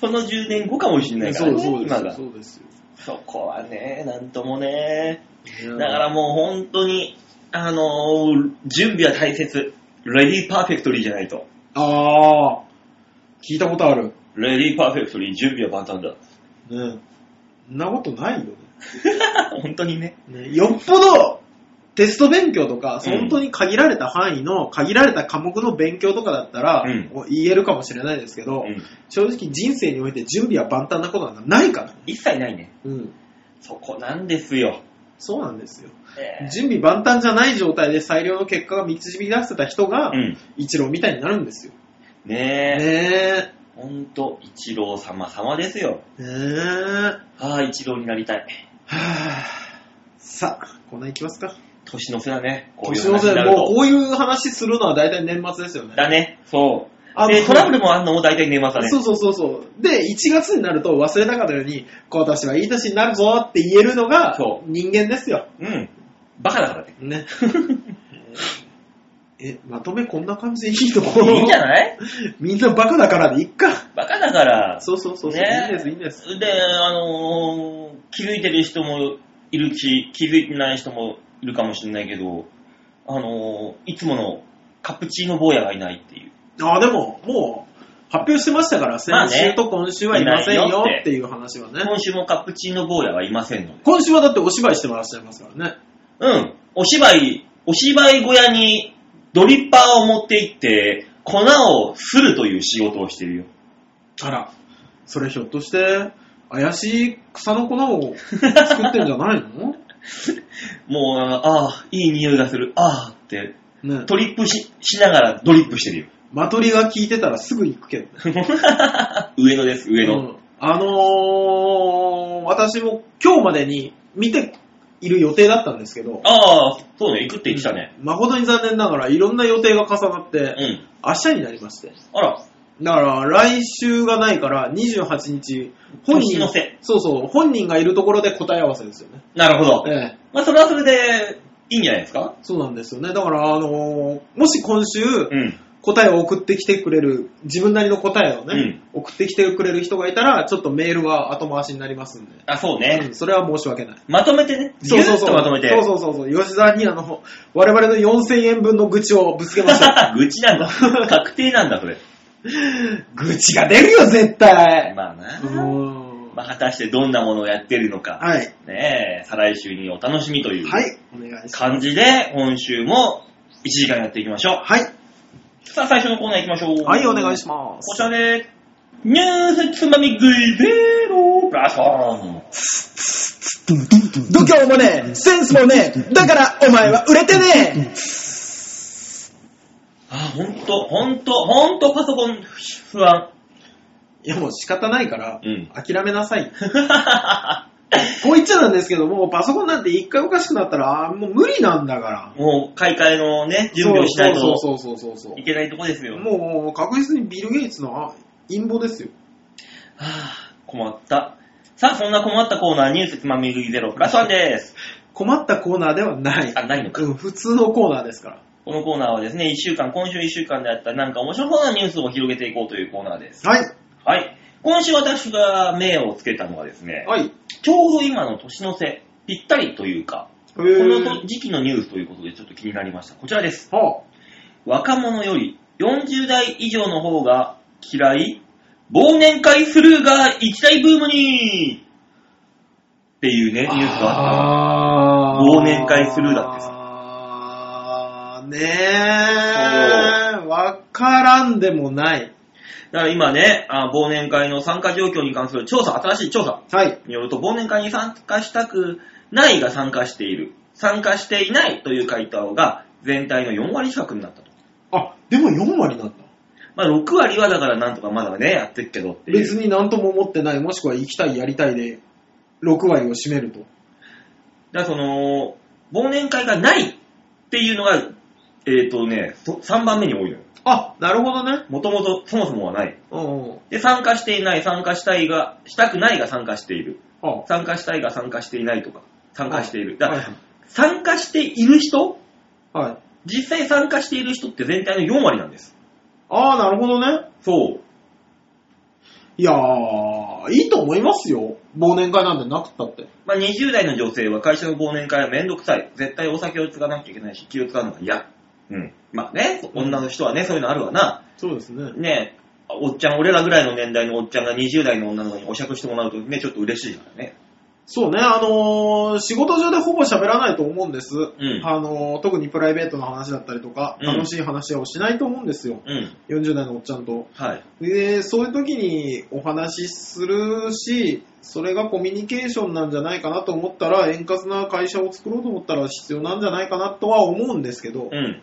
Speaker 2: その10年後かもしれないからね、今
Speaker 3: *laughs*
Speaker 2: が。
Speaker 3: そうです
Speaker 2: そこはね、なんともね。
Speaker 3: よ
Speaker 2: だからもう本当に、あのー準備は大切。レディーパーフェクトリーじゃないと。
Speaker 3: あー、聞いたことある。
Speaker 2: レディーパーフェクトリー、準備は万端だ。
Speaker 3: ねそんなことないよね。
Speaker 2: *laughs* 本当にね。
Speaker 3: ねよっぽど、テスト勉強とか、本当に限られた範囲の、限られた科目の勉強とかだったら、
Speaker 2: うん
Speaker 3: こう言えるかもしれないですけど、
Speaker 2: うん
Speaker 3: 正直人生において準備は万端なことなんかないから。
Speaker 2: 一切ないね。
Speaker 3: うん。
Speaker 2: そこなんですよ。
Speaker 3: そうなんですよ。
Speaker 2: え
Speaker 3: 準備万端じゃない状態で最良の結果が導き出せた人が、
Speaker 2: ーうん。
Speaker 3: 一郎みたいになるんですよ。ね
Speaker 2: ねえ。
Speaker 3: え。
Speaker 2: ほんと、一郎様様ですよ。
Speaker 3: ねえ。は
Speaker 2: ああ、一郎になりたい。
Speaker 3: ぁ。さあ、こんな行きますか。
Speaker 2: 年の瀬だね。こういう
Speaker 3: 年
Speaker 2: 話
Speaker 3: の
Speaker 2: に
Speaker 3: 瀬、
Speaker 2: なると
Speaker 3: もうこういう話するのは大体年末ですよね。
Speaker 2: だね。そう。
Speaker 3: あ
Speaker 2: で、
Speaker 3: の
Speaker 2: トラブルもあんのも大体年末だね。
Speaker 3: そうそうそうそう。で、1月になると忘れたかのように、今年はいい年になるぞって言えるのが
Speaker 2: そ、
Speaker 3: 人間ですよ。
Speaker 2: うん。バカだ *laughs* からね。
Speaker 3: ね。え、まとめこんな感じでいいとこ
Speaker 2: いいんじゃない
Speaker 3: みんなバカだからでいっか。
Speaker 2: バカだから。
Speaker 3: そうそうそうそう、
Speaker 2: ね
Speaker 3: いいんです、いいんです。
Speaker 2: で、あのー気づいてる人もいるし、気づいてない人もいるかもしれないけど、あのーいつものカプチーノ坊やがいないっていう。
Speaker 3: ああ、でも、もう、発表してましたから、
Speaker 2: まあ
Speaker 3: 先
Speaker 2: ね
Speaker 3: 週と今週はいません
Speaker 2: いない
Speaker 3: よ
Speaker 2: よって
Speaker 3: っていう話はね。
Speaker 2: 今週もカプチーノ坊やはいませんので。
Speaker 3: 今週はだってお芝居してもらっしゃいますからね。
Speaker 2: うん。お芝居、お芝居小屋にドリッパーを持って行って、粉をするという仕事をしてるよ。
Speaker 3: あら、それひょっとして、怪しい草の粉を作ってんじゃない
Speaker 2: *laughs*
Speaker 3: の
Speaker 2: もう、ああ、いい匂いがする、ああって、
Speaker 3: ね
Speaker 2: トリップししながらドリップしてるよ。
Speaker 3: マトリが効いてたらすぐ行くけどね。
Speaker 2: 上野です、上野。
Speaker 3: うんあのー、私も今日までに見ている予定だったんですけど、
Speaker 2: ああ、そうね、行くって言ってたね。
Speaker 3: 誠に残念ながらいろんな予定が重なっ
Speaker 2: う
Speaker 3: て、
Speaker 2: ん。
Speaker 3: 明日になりまして。
Speaker 2: あら、
Speaker 3: だから来週がないから28日、本
Speaker 2: 年
Speaker 3: 人
Speaker 2: の瀬、
Speaker 3: そうそう、本人がいるところで答え合わせですよね。
Speaker 2: なるほど。
Speaker 3: ええ、
Speaker 2: まあ、それはそれで、いいんじゃないですか
Speaker 3: そうなんですよね。だから、あのーもし今週、
Speaker 2: うん。
Speaker 3: 答えを送ってきてくれる、自分なりの答えをね、送ってきてくれる人がいたら、ちょっとメールは後回しになりますんで。
Speaker 2: あ、そう
Speaker 3: う
Speaker 2: ね。
Speaker 3: んそれは申し訳ない。
Speaker 2: まとめてね。ぎゅーっとまとめて。
Speaker 3: そうそうそうそう。吉沢にあの、我々の4000円分の愚痴をぶつけましょ
Speaker 2: *laughs*
Speaker 3: う。
Speaker 2: 愚痴
Speaker 3: *laughs*
Speaker 2: なんだ。確定なんだ、それ。
Speaker 3: 愚痴が出るよ、絶対。
Speaker 2: まあ
Speaker 3: うー
Speaker 2: な。
Speaker 3: ん
Speaker 2: まあ、果たしてどんなものをやってるのか。
Speaker 3: はい。
Speaker 2: ねえ、再来週にお楽しみという
Speaker 3: はい。お願いします。
Speaker 2: 感じで、今週も1時間やっていきましょう。
Speaker 3: はい。
Speaker 2: さあ、最初のコーナー行きましょう。
Speaker 3: はい、お願い
Speaker 2: ま
Speaker 3: します。
Speaker 2: こちらで、ニュースつまみ食いゼロプラスワン。
Speaker 3: 度胸もねえ、センスもねえ、だからお前は売れてね
Speaker 2: あ、ほんと、ほんと、ほんとパソコン不安。
Speaker 3: えいやもう仕方ないから、
Speaker 2: うん *laughs*
Speaker 3: 諦めなさい。こう言っちゃなんですけども、パソコンなんて一回おかしくなったら、あーもう無理なんだから。
Speaker 2: もう買い替えのね、準備をしないと
Speaker 3: そうそうそうそうそう
Speaker 2: いけないとこですよ。は
Speaker 3: もう確実にビル・ゲイツの陰謀ですよ。
Speaker 2: あ、困った。さあ、そんな困ったコーナー、ニュースつまみ食いゼロプラスワンです。
Speaker 3: 困ったコーナーではない。
Speaker 2: あ、ないのか。
Speaker 3: うん、普通のコーナーですから。
Speaker 2: このコーナーはですね、一週間、今週1週間であったなんか面白そうなニュースを広げていこうというコーナーです。
Speaker 3: はい。
Speaker 2: はい。今週私が目をつけたのはですね、
Speaker 3: はい。
Speaker 2: ちょうど今の年の瀬、ぴったりというか、
Speaker 3: こ
Speaker 2: この時期のニュースということでちょっと気になりました。こちらです。
Speaker 3: は
Speaker 2: 若者より40代以上の方が嫌い忘年会スルーが一大ブームにっていうね、ニュースがあっ
Speaker 3: あ
Speaker 2: ー忘年会スルーだってさ
Speaker 3: あーねえ、わからんでもない。
Speaker 2: た。だから今ね、あ忘年会の参加状況に関する調査、新しい調査
Speaker 3: はい。
Speaker 2: によると、忘年会に参加したくないが参加している、参加していないという回答が全体の4割近くになったと。
Speaker 3: あ、でも4割なんだ。
Speaker 2: まあ6割はだからなんとかまだね、やってるけどっていう。
Speaker 3: 別になんとも思ってない、もしくは行きたい、やりたいで、6割を占めると。
Speaker 2: だからその、忘年会がないっていうのが、えっ、とね、3番目に多いのよ。
Speaker 3: あ、なるほどね。
Speaker 2: もともとそもそもはない。
Speaker 3: うんうん。
Speaker 2: で、参加していない、参加したいが、したくないが参加している。
Speaker 3: あ
Speaker 2: 参加したいが参加していないとか、参加している。だか
Speaker 3: はい
Speaker 2: ら、参加している人、
Speaker 3: はい。
Speaker 2: 実際参加している人って全体の4割なんです。
Speaker 3: ああ、なるほどね。
Speaker 2: そう。
Speaker 3: いやー、いいと思いますよ。忘年会なんてなくったって。
Speaker 2: まあ、20代の女性は会社の忘年会はめんどくさい。絶対お酒を継がなきゃいけないし、気を使うのが嫌。うん。まあね、女の人はね、そういうのあるわな。
Speaker 3: そうですね。
Speaker 2: ねおっちゃん、俺らぐらいの年代のおっちゃんが20代の女の子にお酌してもらうとね、ちょっと嬉しいからね。
Speaker 3: そうね、あのー仕事上でほぼ喋らないと思うんです。
Speaker 2: ん
Speaker 3: あのー特にプライベートの話だったりとか、
Speaker 2: うん
Speaker 3: 楽しい話をしないと思うんですよ。
Speaker 2: うん。
Speaker 3: 40代のおっちゃんと。
Speaker 2: はい。
Speaker 3: で、そういう時にお話しするし、それがコミュニケーションなんじゃないかなと思ったら、円滑な会社を作ろうと思ったら必要なんじゃないかなとは思うんですけど、
Speaker 2: うん。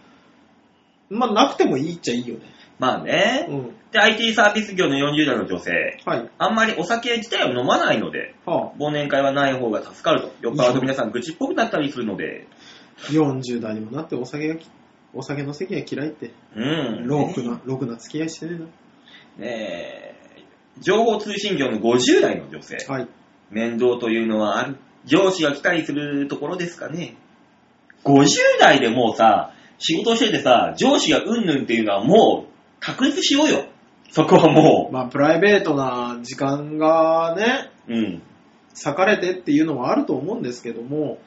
Speaker 3: まあ、なくてもいいっちゃいいよね。
Speaker 2: まあね
Speaker 3: う。ん。
Speaker 2: で、IT サービス業の40代の女性、
Speaker 3: はい。
Speaker 2: あんまりお酒自体を飲まないので、
Speaker 3: はあ、
Speaker 2: 忘年会はない方が助かると。酔っ払うと皆さん愚痴っぽくなったりするので、
Speaker 3: 40代にもなってお酒がき、お酒の席が嫌いって、
Speaker 2: うん。
Speaker 3: ロークな、ロークな付き合いしてね
Speaker 2: ねえ、情報通信業の50代の女性
Speaker 3: え。な。はい。
Speaker 2: 面倒というのはある、上司が来たりするところですかね。50代でもうさ、仕事しててさ、上司がうんぬんっていうのはもう、確立しようよ。そこはも
Speaker 3: まあ、プライベートな時間がね、
Speaker 2: う、うん。
Speaker 3: 割かれてっていうのはあると思うんですけども、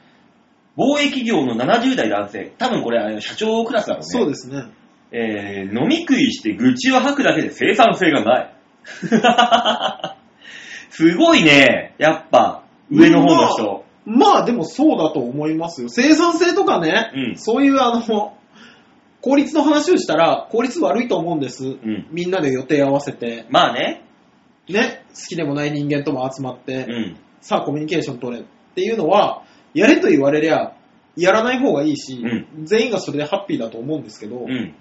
Speaker 2: 貿易業の70代男性、多分これあの社長クラスだろうね。
Speaker 3: そうですね。
Speaker 2: えー飲み食いして愚痴を吐くだけで生産性がない。 *laughs* すごいね、やっぱ、上の方の人。
Speaker 3: まあでもそうだと思いますよ。生産性とかね、
Speaker 2: うん
Speaker 3: そういうあの、効率の話をしたら効率悪いと思うんです。
Speaker 2: ん
Speaker 3: みんなで予定合わせて、
Speaker 2: まあね、
Speaker 3: ね、好きでもない人間とも集まって、
Speaker 2: うん。
Speaker 3: さあコミュニケーション取れっていうのは、やれと言われりゃ、やらない方がいいし、
Speaker 2: う
Speaker 3: 全員がそれでハッピーだと思うんですけど、
Speaker 2: うん。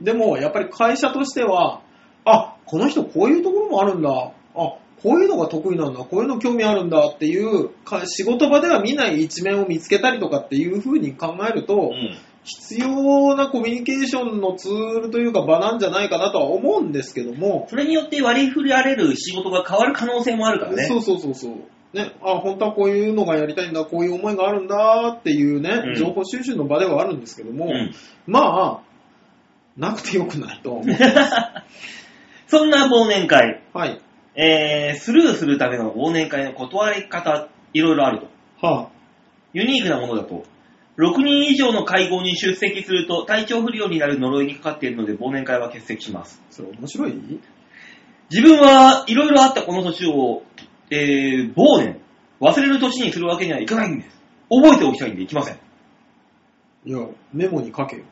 Speaker 3: でもやっぱり会社としては、あ、この人こういうところもあるんだ、あ、こういうのが得意なんだ、こういうの興味あるんだっていう、か仕事場では見ない一面を見つけたりとかっていう風に考えると、
Speaker 2: うん。
Speaker 3: 必要なコミュニケーションのツールというか場なんじゃないかなとは思うんですけども、
Speaker 2: それによって割り振られる仕事が変わる可能性もあるからね。
Speaker 3: そうそうそうそう。ね、あ、本当はこういうのがやりたいんだ、こういう思いがあるんだっていうね、
Speaker 2: うん
Speaker 3: 情報収集の場ではあるんですけども、
Speaker 2: うん
Speaker 3: まあ、なくてよくないと
Speaker 2: *laughs*
Speaker 3: は思う。
Speaker 2: そんな忘年会、
Speaker 3: はい。
Speaker 2: えー、スルーするための忘年会の断り方、いろいろあると。
Speaker 3: はあ、
Speaker 2: ユニークなものだと。6人以上の会合に出席すると体調不良になる呪いにかかっているので忘年会は欠席します。
Speaker 3: それ面白い
Speaker 2: 自分はいろいろあったこの年を、えー、忘年、忘れる年にするわけにはいかないんです。覚えておきたいんでいきません。っ *laughs*
Speaker 3: いや、メモに書けよ。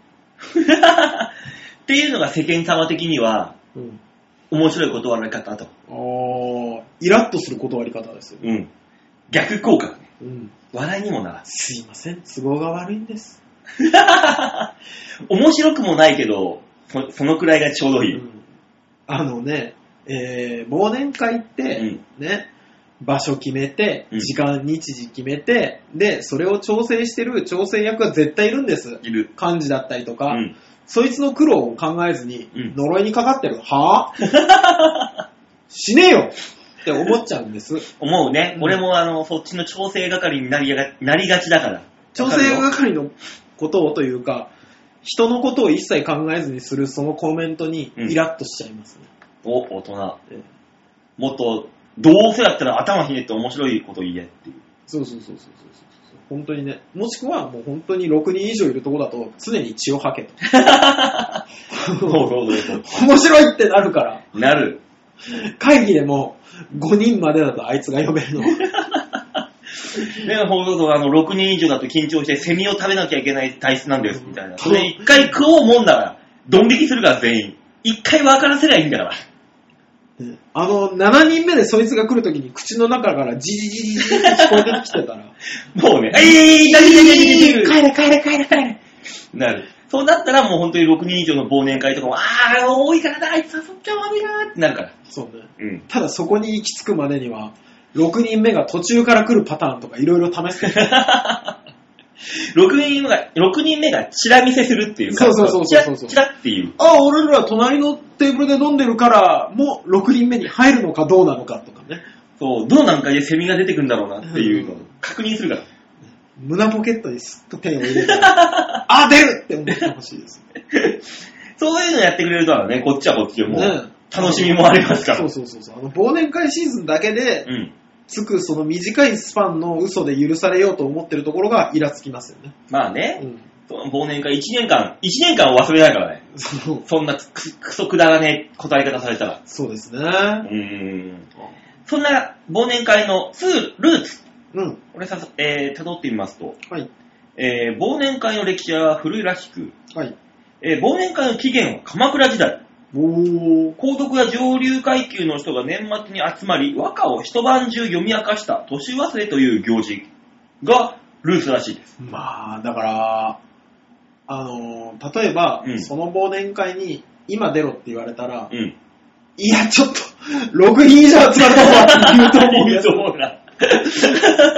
Speaker 2: ていうのが世間様的には
Speaker 3: うん。
Speaker 2: 面白い断られ方と。
Speaker 3: ああ、イラッとする断り方ですよ。
Speaker 2: うん。逆効果。
Speaker 3: うん。
Speaker 2: 笑いにもならず。
Speaker 3: すいません、都合が悪いんです。
Speaker 2: 面白くもないけど、そそのくらいがちょうど
Speaker 3: う
Speaker 2: いい。
Speaker 3: ん。あのね、えー、忘年会って、ね、場所決めて、
Speaker 2: うん
Speaker 3: 時間、日時決めて、で、それを調整してる調整役が絶対いるんです。
Speaker 2: いる。
Speaker 3: 幹事だったりと
Speaker 2: う
Speaker 3: か、
Speaker 2: ん。
Speaker 3: そいつの苦労を考えずに、
Speaker 2: うん
Speaker 3: 呪いにかかってる。はぁ *laughs* 死ねよって思っちゃうんです。
Speaker 2: 思うね。
Speaker 3: うん
Speaker 2: 俺もあの、そっちの調整係になりがなりがちだから。
Speaker 3: 調整係のことをというか、人のことを一切考えずにするそのコメントに
Speaker 2: うん
Speaker 3: イラッとしちゃいますね。
Speaker 2: お、大人
Speaker 3: ええ。
Speaker 2: もっと、どうせだったら頭ひねって面白いこと
Speaker 3: *laughs*
Speaker 2: 言えっていう。
Speaker 3: そうそうそうそうそうそう。本当にね。もしくはもう本当に6人以上いるとこだと常に血を吐けと。
Speaker 2: そうそうそう
Speaker 3: 面白いってなるから。
Speaker 2: なる。
Speaker 3: 会議でも5人までだとあいつが呼べるの。
Speaker 2: ね、ほとんどあの、6人以上だと緊張して、セミを食べなきゃいけない体質なんです、みたいな。それ一回食おうもんなら、ドン引きするから全員。一回分からせりゃいいんだから。
Speaker 3: ねあの、7人目でそいつが来るときに口の中からジジジジジって聞こえてきてたら、
Speaker 2: もうね、えいー、大丈夫大丈夫大丈夫
Speaker 3: れ帰れ帰れ帰れ。
Speaker 2: なる。そうなったらもう本当に6人以上の忘年会とかも、あー、多いからな、あいつ誘っちゃ悪いなーってなるから。
Speaker 3: そうね。
Speaker 2: うん。
Speaker 3: ただそこに行き着くまでには、6人目が途中から来るパターンとかいろいろ試してる。
Speaker 2: 6人目が、6人目がチラ見せするっていう
Speaker 3: そ
Speaker 2: か、
Speaker 3: うそうそうそうそう
Speaker 2: チラチラっていう。
Speaker 3: ああ、俺ら隣のテーブルで飲んでるから、もう6人目に入るのかどうなのかとかね。
Speaker 2: そう、どの段階でセミが出てくるんだろうなっていうのを確認するから。
Speaker 3: 胸ポケットにスッとペンを入れ
Speaker 2: *laughs*
Speaker 3: て、ああ、出るって思ってほしいです。
Speaker 2: そういうのやってくれるとはね、こっちはこっちでも
Speaker 3: ね
Speaker 2: う、楽しみもありますから。
Speaker 3: そうそうそうそう。あの、忘年会シーズンだけで、
Speaker 2: うん。
Speaker 3: つくその短いスパンの嘘で許されようと思ってるところがイラつきますよね。
Speaker 2: まあ
Speaker 3: う
Speaker 2: ね、
Speaker 3: ん。 *laughs*
Speaker 2: その忘年会1年間、1年間は忘れないからね。
Speaker 3: その
Speaker 2: そんなくくそくだらねえ答え方されたら。
Speaker 3: そうですね。
Speaker 2: うーん。そんな忘年会のツール、ルーツ、
Speaker 3: うん。
Speaker 2: これさ、えー、辿ってみますと、
Speaker 3: はい。
Speaker 2: えー、忘年会の歴史は古いらしく、
Speaker 3: はい。
Speaker 2: えー、忘年会の起源は鎌倉時代。
Speaker 3: おー。
Speaker 2: 皇族や上流階級の人が年末に集まり、和歌を一晩中読み明かした年忘れという行事がルースらしいです。
Speaker 3: まあ、だから、あのー例えば、
Speaker 2: うん
Speaker 3: その忘年会に、今出ろって言われたら、
Speaker 2: うん。
Speaker 3: いや、ちょっと、6人以上集まるとは言うと思う
Speaker 2: 言
Speaker 3: よ
Speaker 2: うと思うな。 *laughs*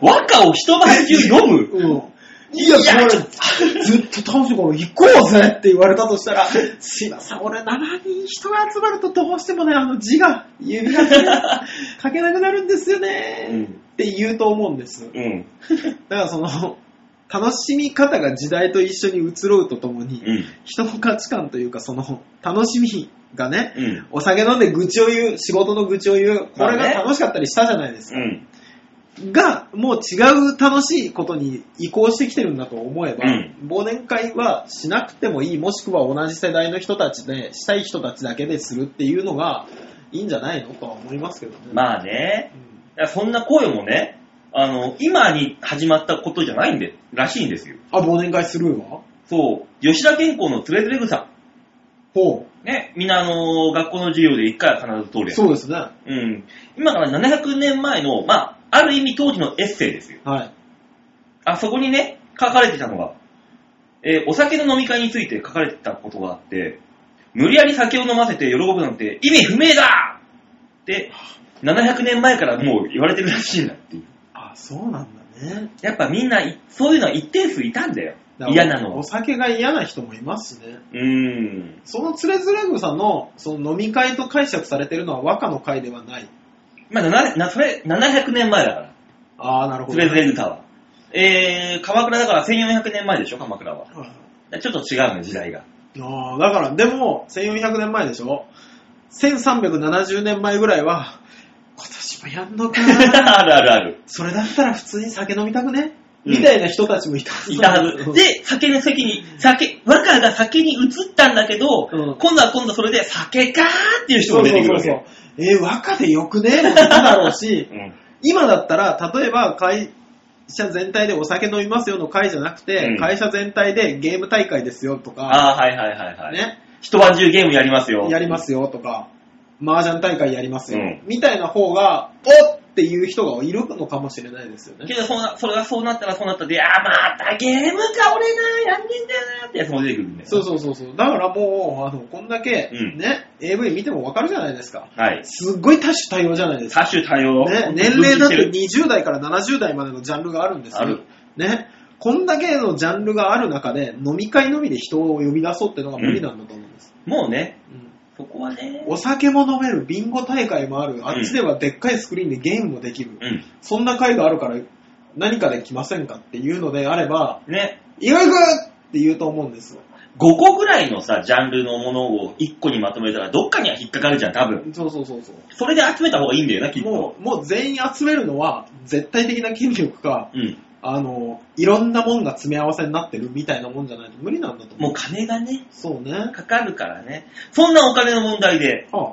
Speaker 2: 和歌を一晩中読む
Speaker 3: うん。いや、これ、ずっと楽しいから行こうぜって言われたとしたら、すいません、俺7人人が集まるとどうしてもね、あの字が、指がね書けなくなるんですよ
Speaker 2: う
Speaker 3: ね
Speaker 2: ん。
Speaker 3: って言うと思うんです。
Speaker 2: うん。
Speaker 3: だからその、楽しみ方が時代と一緒に移ろうとともに、
Speaker 2: うん。
Speaker 3: 人の価値観というか、その、楽しみがね、
Speaker 2: うん。
Speaker 3: お酒飲んで愚痴を言う、仕事の愚痴を言う、これ
Speaker 2: まあ
Speaker 3: が
Speaker 2: ね
Speaker 3: 楽しかったりしたじゃないですか。
Speaker 2: うん。
Speaker 3: が、もう違う楽しいことに移行してきてるんだと思えば、
Speaker 2: うん
Speaker 3: 忘年会はしなくてもいい、もしくは同じ世代の人たちで、したい人たちだけでするっていうのが、いいんじゃないのとは思いますけどね。
Speaker 2: まあね。
Speaker 3: うん
Speaker 2: いやそんな声もね、あの、今に始まったことじゃないんで、らしいんですよ。
Speaker 3: あ、忘年会するわ
Speaker 2: そう。吉田健康のつれづれ草。
Speaker 3: ほ
Speaker 2: ね。みんなあの、学校の授業で一回は必ず通
Speaker 3: う。
Speaker 2: るやつ。
Speaker 3: そうですね。は
Speaker 2: うん。今から700年前の、まあ、ある意味当時のエッセイですよ。
Speaker 3: い。
Speaker 2: あそこにね、書かれてたのが、えーお酒の飲み会について書かれてたことがあって、無理やり酒を飲ませて喜ぶなんて意味不明だって、700年前からもう言われてるらしいんだっていう。
Speaker 3: あ、そうなんだね。
Speaker 2: やっぱみんな、いそういうのは一定数いたんだよ
Speaker 3: だか。ら
Speaker 2: 嫌なの
Speaker 3: お
Speaker 2: は。
Speaker 3: 酒が嫌な人もいますしね。
Speaker 2: うーん。
Speaker 3: そのつれづれ草の、その飲み会と解釈されてるのは和歌の会ではない。
Speaker 2: まあ、ななそれ、700年前だから。
Speaker 3: ああ、なるほ
Speaker 2: つ
Speaker 3: ど。
Speaker 2: れづれ草は。えー、鎌倉だから1400年前でしょ、鎌倉は。
Speaker 3: はい
Speaker 2: だからちょっと違うの、時代が。
Speaker 3: ああ、だから、でも、1400年前でしょ ?1370 年前ぐらいは、今年もやんのかな
Speaker 2: *laughs* あるあるある。
Speaker 3: それだったら普通に酒飲みたくね
Speaker 2: うん
Speaker 3: みたいな人たちもいたはず
Speaker 2: いたはず。で、酒の席に、酒、和歌が酒に移ったんだけど、
Speaker 3: うん
Speaker 2: 今度は今度それで酒かーっていう人
Speaker 3: そ
Speaker 2: も
Speaker 3: う
Speaker 2: 出
Speaker 3: そ
Speaker 2: て
Speaker 3: う
Speaker 2: くる
Speaker 3: そう
Speaker 2: わけ。
Speaker 3: そう。えー、若でよくねもいただろうし、
Speaker 2: うん
Speaker 3: 今だったら、例えば会社全体でお酒飲みますよの会じゃなくて、
Speaker 2: うん
Speaker 3: 会社全体でゲーム大会ですよとか、
Speaker 2: ああ、はいはいはいはい。
Speaker 3: ね、
Speaker 2: 一晩中ゲームやりますよ。
Speaker 3: やりますよとか、麻雀大会やりますよ、
Speaker 2: うん
Speaker 3: みたいな方が、おっっていう人がいるのかもしれないですよね。
Speaker 2: けどそんな、それがそうなったらそうなったで、あーまたゲームか、俺な、やんねんだよなってやつも出てくるんだよ。
Speaker 3: そうそうそうそう。だからもう、あの、こんだけ、
Speaker 2: うん
Speaker 3: ね、AV 見てもわかるじゃないですか。
Speaker 2: はい。
Speaker 3: すっごい多種多様じゃないですか。
Speaker 2: 多種多様。
Speaker 3: ね、年齢だっ
Speaker 2: 分
Speaker 3: て
Speaker 2: 岐
Speaker 3: 20代から70代までのジャンルがあるんですよ。
Speaker 2: ある
Speaker 3: ね。こんだけのジャンルがある中で、飲み会のみで人を呼び出そうってのが無理なんだと思うんです。
Speaker 2: てるもうね、
Speaker 3: うん
Speaker 2: そこはね、
Speaker 3: お酒も飲める、ビンゴ大会もある、あっちではでっかいスクリーンでゲームもできる。
Speaker 2: うん。
Speaker 3: そんな会があるから、何かできませんかっていうのであれば、
Speaker 2: ね、
Speaker 3: いくいくって言うと思うんですよ。
Speaker 2: 5個ぐらいのさ、ジャンルのものを1個にまとめたら、どっかには引っかかるじゃん、多分。
Speaker 3: そうそうそうそう。
Speaker 2: それで集めた方がいいんだよな、きっと。
Speaker 3: もう、もう全員集めるのは、絶対的な権力か、
Speaker 2: うん。
Speaker 3: あの、いろんなもんが詰め合わせになってるみたいなもんじゃないと無理なんだと思う。
Speaker 2: もう金がね、
Speaker 3: そうね。
Speaker 2: かかるからね。そんなお金の問題で、
Speaker 3: はあ、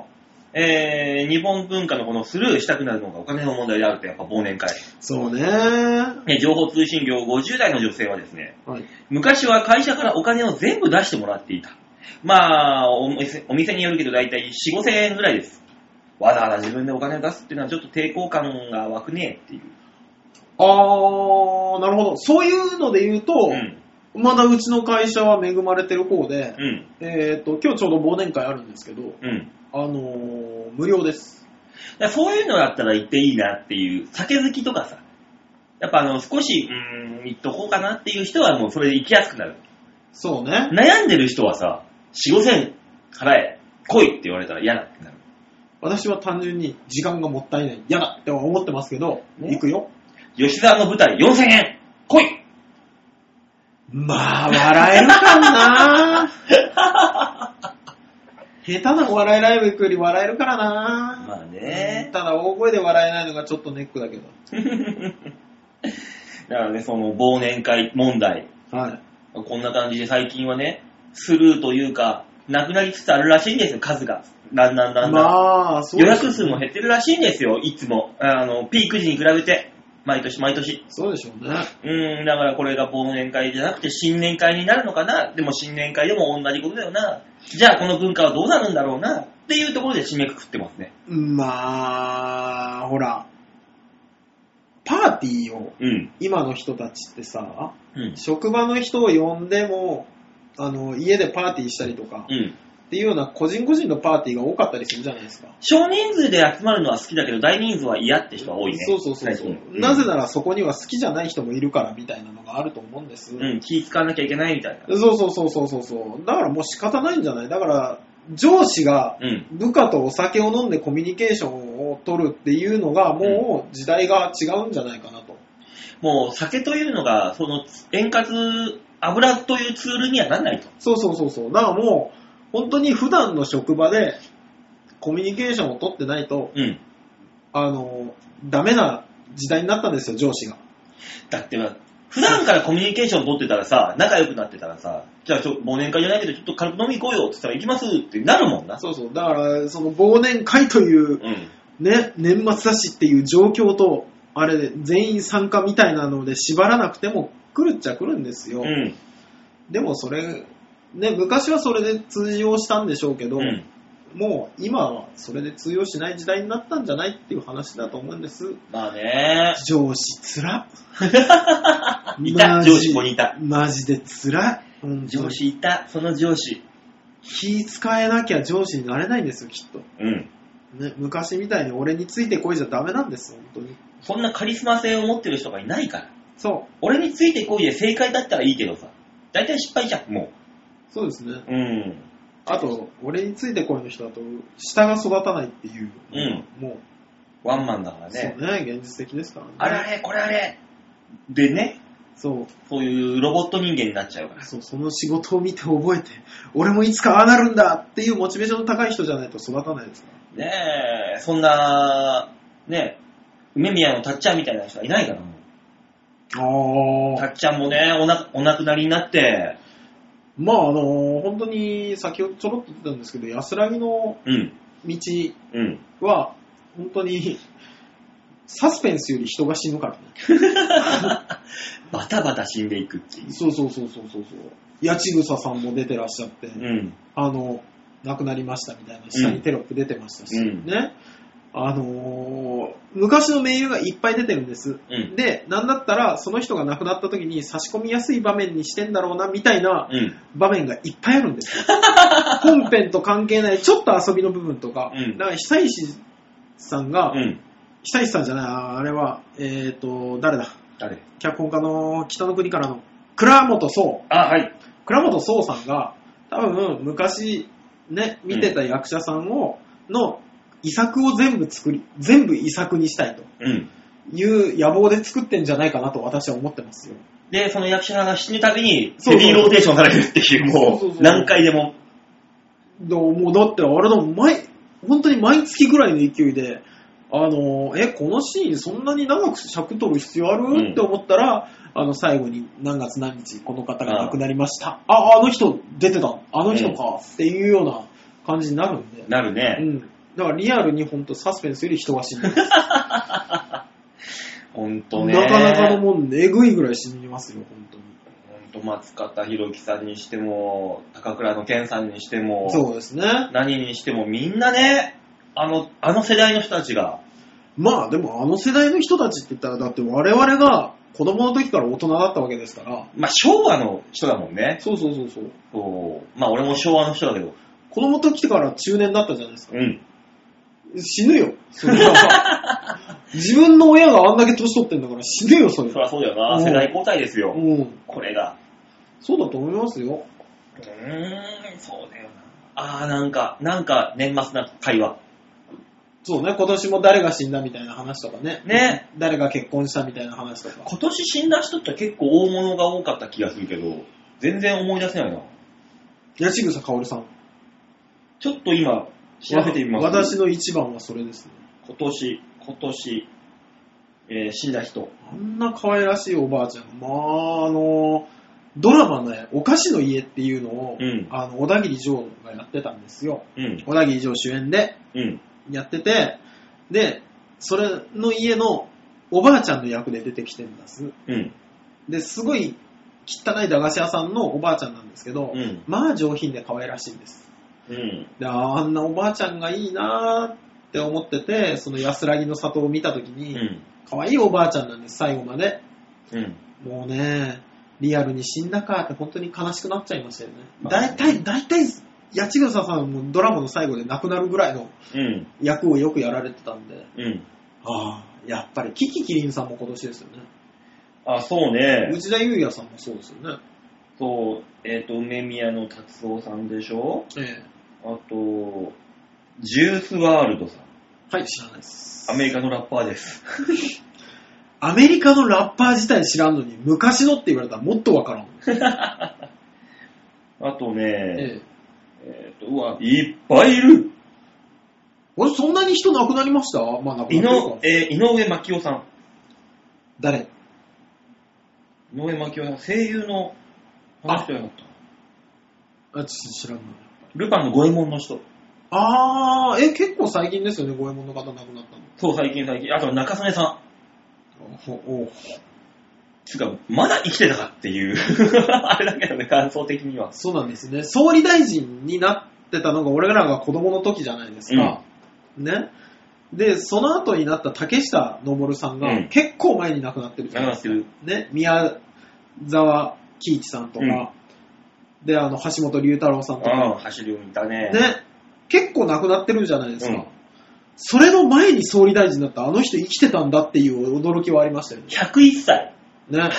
Speaker 2: えー、日本文化のこのスルーしたくなるのがお金の問題であると、やっぱ忘年会。
Speaker 3: そうね。は
Speaker 2: ね情報通信業50代の女性はですね、
Speaker 3: い。
Speaker 2: 昔は会社からお金を全部出してもらっていた。まあ、お店お店によるけど大体4、5千円ぐらいです。わざわざ自分でお金を出すっていうのはちょっと抵抗感が湧くねえっていう。
Speaker 3: あー、なるほど。そういうので言うと、
Speaker 2: うん。
Speaker 3: まだうちの会社は恵まれてる方で、
Speaker 2: うん。
Speaker 3: えっ、と、今日ちょうど忘年会あるんですけど、
Speaker 2: うん。
Speaker 3: あのー、無料です。
Speaker 2: だからそういうのだったら行っていいなっていう、酒好きとかさ、やっぱあの、少し、うーん、行っとこうかなっていう人はもうそれで行きやすくなる。
Speaker 3: そうね。
Speaker 2: 悩んでる人はさ、4、5千払え、来いって言われたら嫌だってなる。
Speaker 3: 私は単純に時間がもったいない。嫌だっては思ってますけど、
Speaker 2: ね
Speaker 3: 行くよ。
Speaker 2: 吉沢の舞台4千円来い
Speaker 3: まあ、笑えるかもな *laughs* 下手なお笑いライブ行くより笑えるからな、
Speaker 2: まあね。
Speaker 3: ただ大声で笑えないのがちょっとネックだけど。
Speaker 2: *laughs* だからね、その忘年会問題、
Speaker 3: はい。
Speaker 2: こんな感じで最近はね、スルーというか、なくなりつつあるらしいんですよ、数が。だんだんだんだん。
Speaker 3: まあ、そう
Speaker 2: 予
Speaker 3: です
Speaker 2: 約数も減ってるらしいんですよ、いつも。あの、ピーク時に比べて。毎年毎年。
Speaker 3: そうでしょうね。
Speaker 2: うん、だからこれが忘年会じゃなくて新年会になるのかな。でも新年会でも同じことだよな。じゃあこの文化はどうなるんだろうな。っていうところで締めくくってますね。
Speaker 3: まあ、ほら、パーティーを
Speaker 2: うん。
Speaker 3: 今の人たちってさ、
Speaker 2: うん。
Speaker 3: 職場の人を呼んでも、あの、家でパーティーしたりとか、
Speaker 2: うん。
Speaker 3: っていうような個人個人のパーティーが多かったりするじゃないですか。
Speaker 2: 少人数で集まるのは好きだけど、大人数は嫌って人は多いね。
Speaker 3: そうそうそうそう、
Speaker 2: 最近
Speaker 3: なぜならそこには好きじゃない人もいるからみたいなのがあると思うんです。
Speaker 2: うん、気使わなきゃいけないみたいな。
Speaker 3: そうそうそうそうそうそう。だからもう仕方ないんじゃないだから、上司が
Speaker 2: うん。
Speaker 3: 部下とお酒を飲んでコミュニケーションを取るっていうのがもう時代が違うんじゃないかなと。
Speaker 2: もう酒というのが、その円滑、油というツールにはならないと。
Speaker 3: そうそうそうそう。だからもう、本当に普段の職場でコミュニケーションを取ってないと、
Speaker 2: うん。
Speaker 3: あの、ダメな時代になったんですよ、上司が。
Speaker 2: だってまあ、普段からコミュニケーション取ってたらさ、仲良くなってたらさ、じゃあちょ、忘年会じゃないけど、ちょっと軽く飲み行こうよって言ったら行きますってなるもんな。
Speaker 3: そうそう。だから、その忘年会という
Speaker 2: うん。
Speaker 3: ね、年末だしっていう状況と、あれで全員参加みたいなので縛らなくても来るっちゃ来るんですよ。
Speaker 2: うん。
Speaker 3: でもそれ、ね、昔はそれで通用したんでしょうけど、
Speaker 2: うん。
Speaker 3: もう今はそれで通用しない時代になったんじゃないっていう話だと思うんです。
Speaker 2: まあね。
Speaker 3: 上司つらっ
Speaker 2: *laughs* いた
Speaker 3: マジ
Speaker 2: 上司ここにいた
Speaker 3: マジでつらい。本当に
Speaker 2: 上。司いた、その上司。
Speaker 3: 気使えなきゃ上司になれないんですよ、きっと。
Speaker 2: うん。
Speaker 3: ね、昔みたいに俺についてこいじゃダメなんです、本当に。
Speaker 2: そんなカリスマ性を持ってる人がいないから。
Speaker 3: そう。
Speaker 2: 俺についてこいで正解だったらいいけどさ。大体失敗じゃん、も
Speaker 3: そうですね。
Speaker 2: う。うん。
Speaker 3: あと、俺についてこいの人だと、下が育たないっていう、
Speaker 2: うん
Speaker 3: も
Speaker 2: ワンマンだから
Speaker 3: う、
Speaker 2: ね。
Speaker 3: そうね、現実的ですからね。
Speaker 2: あれあれ、これあれ。でね、
Speaker 3: そう、
Speaker 2: そういうロボット人間になっちゃうから。
Speaker 3: そう、その仕事を見て覚えて、俺もいつかああなるんだっていうモチベーションの高い人じゃないと育たないですから。
Speaker 2: ねえ、そんな、ねえ、梅宮のたっちゃんみたいな人はいないから。た
Speaker 3: ああ。
Speaker 2: っちゃんもね、おな、お亡くなりになって、
Speaker 3: まあ、あのー本当に先ほどちょろっと言ってたんですけど、安らぎの
Speaker 2: うん、
Speaker 3: 道
Speaker 2: うん。
Speaker 3: は、本当に、サスペンスより人が死ぬからね。
Speaker 2: バタバタ死んでいくっていう。
Speaker 3: そうそうそうそうそうそう。八千草さんも出てらっしゃって、
Speaker 2: うん、
Speaker 3: あの、亡くなりましたみたいな、下にテロップ出てましたし、
Speaker 2: うん
Speaker 3: ね。あのー昔の名優がいっぱい出てるんです。
Speaker 2: うん、
Speaker 3: で、なんだったら、その人が亡くなった時に差し込みやすい場面にしてんだろうな、みたいな
Speaker 2: うん、
Speaker 3: 場面がいっぱいあるん
Speaker 2: *laughs*
Speaker 3: ですよ。本編と関係ない、ちょっと遊びの部分とか、
Speaker 2: うん
Speaker 3: だから久石さんが、
Speaker 2: うん。
Speaker 3: 久石さんじゃない、ああれは、えっ、と、誰だ
Speaker 2: 誰
Speaker 3: 脚本家の北の国からの、倉本壮。
Speaker 2: あ、はい。
Speaker 3: 倉本壮さんが多分昔ね見てた役者さんを、の遺作を全部作り全部遺作にしたいと
Speaker 2: うん。
Speaker 3: いう野望で作ってんじゃないかなと私は思ってますよ
Speaker 2: で、その役者さんが死ぬたびに、
Speaker 3: そうそ
Speaker 2: ヘ
Speaker 3: う
Speaker 2: ビーローテーションされるっていう、も
Speaker 3: そうそうそう
Speaker 2: う、何回でも。
Speaker 3: どうもうだってあれだもん毎本当に毎月ぐらいの勢いであのえこのシーンそんなに長く尺取る必要ある、
Speaker 2: うん
Speaker 3: って思ったらあの最後に何月何日この方が亡くなりましたああの人出てたあの人か、っていうような感じになるんで
Speaker 2: なるね。
Speaker 3: うん。だからリアルに本当サスペンスより人が死ぬ。な
Speaker 2: ほんと
Speaker 3: か
Speaker 2: ね。
Speaker 3: なかのもん、えぐいぐらい死にますよ、本当に。
Speaker 2: ほんと、松方弘樹さんにしても、高倉の健さんにしても、
Speaker 3: そうですね。
Speaker 2: 何にしてもみんなね、あの、あの世代の人たちが、
Speaker 3: まあでもあの世代の人たちって言ったら、だって我々が子供の時から大人だったわけですから。
Speaker 2: まあ昭和の人だもんね。
Speaker 3: そうそうそうそう。
Speaker 2: そうまあ俺も昭和の人だけど、
Speaker 3: 子供の時から中年だったじゃないですか。
Speaker 2: うん。
Speaker 3: 死ぬよ。それは
Speaker 2: *laughs*
Speaker 3: 自分の親があんだけ年取ってんだから死ぬよ、それ
Speaker 2: そりゃそうだよな、
Speaker 3: うん
Speaker 2: 世代交代ですよ、
Speaker 3: うん。
Speaker 2: これが。
Speaker 3: そうだと思いますよ。
Speaker 2: うーん、そうだよな。あーなんか、なんか年末な会話。
Speaker 3: そうね、今年も誰が死んだみたいな話とかね。
Speaker 2: ね。
Speaker 3: 誰が結婚したみたいな話とか。
Speaker 2: 今年死んだ人って結構大物が多かった気がするけど、全然思い出せないな。
Speaker 3: 八草香織さん。
Speaker 2: ちょっと今、調べてみます。
Speaker 3: 私の一番はそれですね。
Speaker 2: 今年、今年、えー死んだ人。
Speaker 3: あんな可愛らしいおばあちゃん。まあ、あの、ドラマね、お菓子の家っていうのを、
Speaker 2: うん
Speaker 3: あの、小田切城がやってたんですよ。
Speaker 2: うん、
Speaker 3: 小田切城主演で
Speaker 2: うん、
Speaker 3: やってて、で、それの家のおばあちゃんの役で出てきてるんです。
Speaker 2: うん。
Speaker 3: で、すごい汚い駄菓子屋さんのおばあちゃんなんですけど、
Speaker 2: うん。
Speaker 3: まあ上品で可愛らしいんです。
Speaker 2: うん。
Speaker 3: で、あんなおばあちゃんがいいなーって思ってて、その安らぎの里を見たとき
Speaker 2: う
Speaker 3: に、
Speaker 2: ん。
Speaker 3: 可愛いおばあちゃんなんです、最後まで。
Speaker 2: うん。
Speaker 3: もうね、リアルに死んだかって本当に悲しくなっちゃいましたよね。
Speaker 2: まあ
Speaker 3: 大体、大体、八千草さんもドラマの最後で亡くなるぐらいの
Speaker 2: うん。
Speaker 3: 役をよくやられてたんで、
Speaker 2: うん。
Speaker 3: ああ、やっぱりキキキリンさんも今年ですよね。
Speaker 2: あ、そうね。
Speaker 3: 内田裕也さんもそうですよね。
Speaker 2: そう、えっ、と、梅宮の達夫さんでしょ
Speaker 3: え
Speaker 2: あと、ジュースワールドさん。
Speaker 3: え。はい、知らないです。
Speaker 2: アメリカのラッパーです。
Speaker 3: アメリカのラッパー自体知らんのに、昔のって言われたらもっとわからん。
Speaker 2: あとね、
Speaker 3: ええ。
Speaker 2: えっ、と、うわ、いっぱいいる
Speaker 3: 俺、そんなに人亡くなりましたまあ、亡くなって
Speaker 2: 井
Speaker 3: るか
Speaker 2: の、えー井上真紀夫さん。
Speaker 3: 誰
Speaker 2: 井上真紀夫さん、声優の話じゃなかった。
Speaker 3: あ、ち知らんの。
Speaker 2: ルパンの五右衛門の人。
Speaker 3: あー、え、結構最近ですよね、五右衛門の方亡くなったの。
Speaker 2: そう、最近最近。あと中曽根さん。
Speaker 3: おお
Speaker 2: つうか、まだ生きてたかっていう。 *laughs* あれだけどね、感想的には。
Speaker 3: そうなんですね。総理大臣になってたのが俺らが子供の時じゃないですか。ね。で、その後になった竹下登さん
Speaker 2: う
Speaker 3: が
Speaker 2: ん
Speaker 3: 結構前に亡くなってるじ
Speaker 2: な
Speaker 3: ゃ
Speaker 2: く
Speaker 3: ない
Speaker 2: な
Speaker 3: で
Speaker 2: っ
Speaker 3: すか。
Speaker 2: てる。
Speaker 3: ね。宮沢喜一さんとか、で、あの、橋本龍太郎さんとか、
Speaker 2: うん、走りを見たね。
Speaker 3: ね。結構亡くなってるじゃないですか。
Speaker 2: うん
Speaker 3: それの前に総理大臣だったあの人生きてたんだっていう驚きはありましたよね。
Speaker 2: 101歳。
Speaker 3: ね。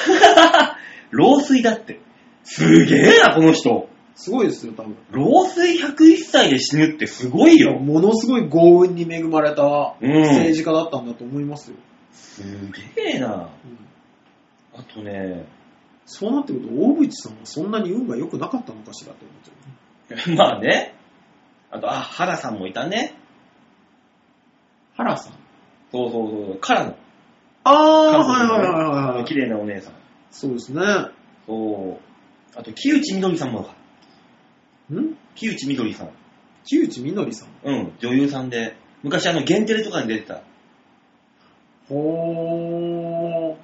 Speaker 2: 老衰だって。すげえな、この人。
Speaker 3: すごいですよ、多分。
Speaker 2: 老衰101歳で死ぬってすごいよ。
Speaker 3: ものすごい幸運に恵まれた
Speaker 2: うん
Speaker 3: 政治家だったんだと思いますよ。
Speaker 2: すげえな。
Speaker 3: うん
Speaker 2: あとね、 *laughs*
Speaker 3: そうなってくると、大渕さんはそんなに運が良くなかったのかしらって思っちゃう。
Speaker 2: まあね。あと、あ、原さんもいたね。
Speaker 3: 原さん。
Speaker 2: そうそうそうそう。からの。
Speaker 3: ああ、
Speaker 2: 韓国の
Speaker 3: は
Speaker 2: ね
Speaker 3: いはいはいはいは
Speaker 2: 綺
Speaker 3: い。
Speaker 2: 麗なお姉さん。
Speaker 3: そうですね。
Speaker 2: そう。あと、木内みどりさんもだ。
Speaker 3: ん
Speaker 2: 木内みどりさん。
Speaker 3: 木内みのりさん。
Speaker 2: うん、女優さんで。昔、あの、ゲンテレとかに出てた。
Speaker 3: ほー。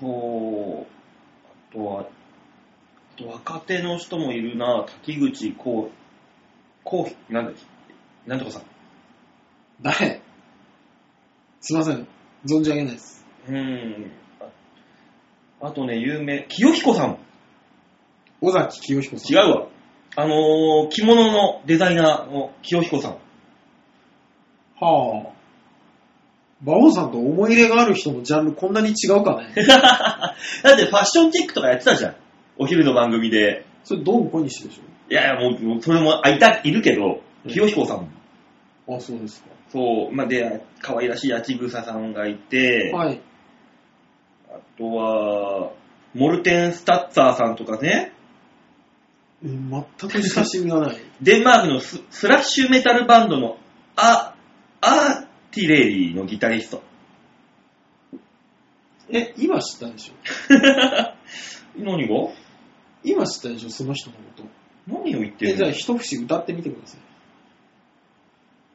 Speaker 2: そう。あとは、あと若手の人もいるな。滝口こう、こう、なんだっけ、なんとかさん。
Speaker 3: 誰すいません。存じ上げないです。
Speaker 2: うん。ああとね、有名、清彦さんも。
Speaker 3: 尾崎清彦さん。
Speaker 2: 違うわ。あのー、着物のデザイナーの清彦さん。
Speaker 3: はあ。馬王さんと思い入れがある人のジャンルこんなに違うか *laughs* ね。
Speaker 2: だってファッションチェックとかやってたじゃん。お昼の番組で。
Speaker 3: それ、ドン小西でし
Speaker 2: いやいや、もう、もうそれも、あ、いた、いるけど、
Speaker 3: うん
Speaker 2: 清彦さんも。
Speaker 3: ょ。あ、そうですか。
Speaker 2: そう、まあ、で、可愛らしい八千草さんがいて、
Speaker 3: はい。
Speaker 2: あとは、モルテン・スタッツァーさんとかね、
Speaker 3: えー全く親しみがない。
Speaker 2: デンマークのススラッシュメタルバンドのア、アーティレリーのギタリスト
Speaker 3: え、今知ったでしょ
Speaker 2: 何が
Speaker 3: 今知ったでしょその人のこと。
Speaker 2: 何を言って
Speaker 3: え、
Speaker 2: る
Speaker 3: じゃあ
Speaker 2: の
Speaker 3: 一節歌ってみてください。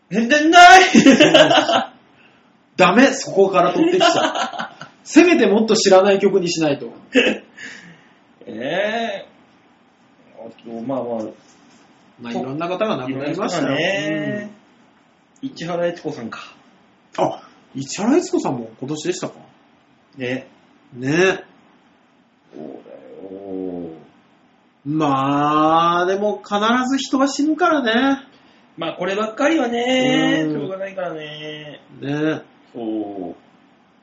Speaker 2: 全然ない
Speaker 3: *laughs* ダメ、そこから取ってきちゃ *laughs* う。せめてもっと知らない曲にしないと。
Speaker 2: えー、あと、まあまあ、
Speaker 3: まあ、いろんな方が亡くなりましたよ。
Speaker 2: ね。市原悦子さんか。
Speaker 3: うんあ、市原悦子さんも今年でしたか
Speaker 2: ね。
Speaker 3: ね
Speaker 2: そうだよ。
Speaker 3: まあ、でも必ず人は死ぬからね。
Speaker 2: まあこればっかりはね、
Speaker 3: うん
Speaker 2: しょうがないからね。
Speaker 3: ね
Speaker 2: そう。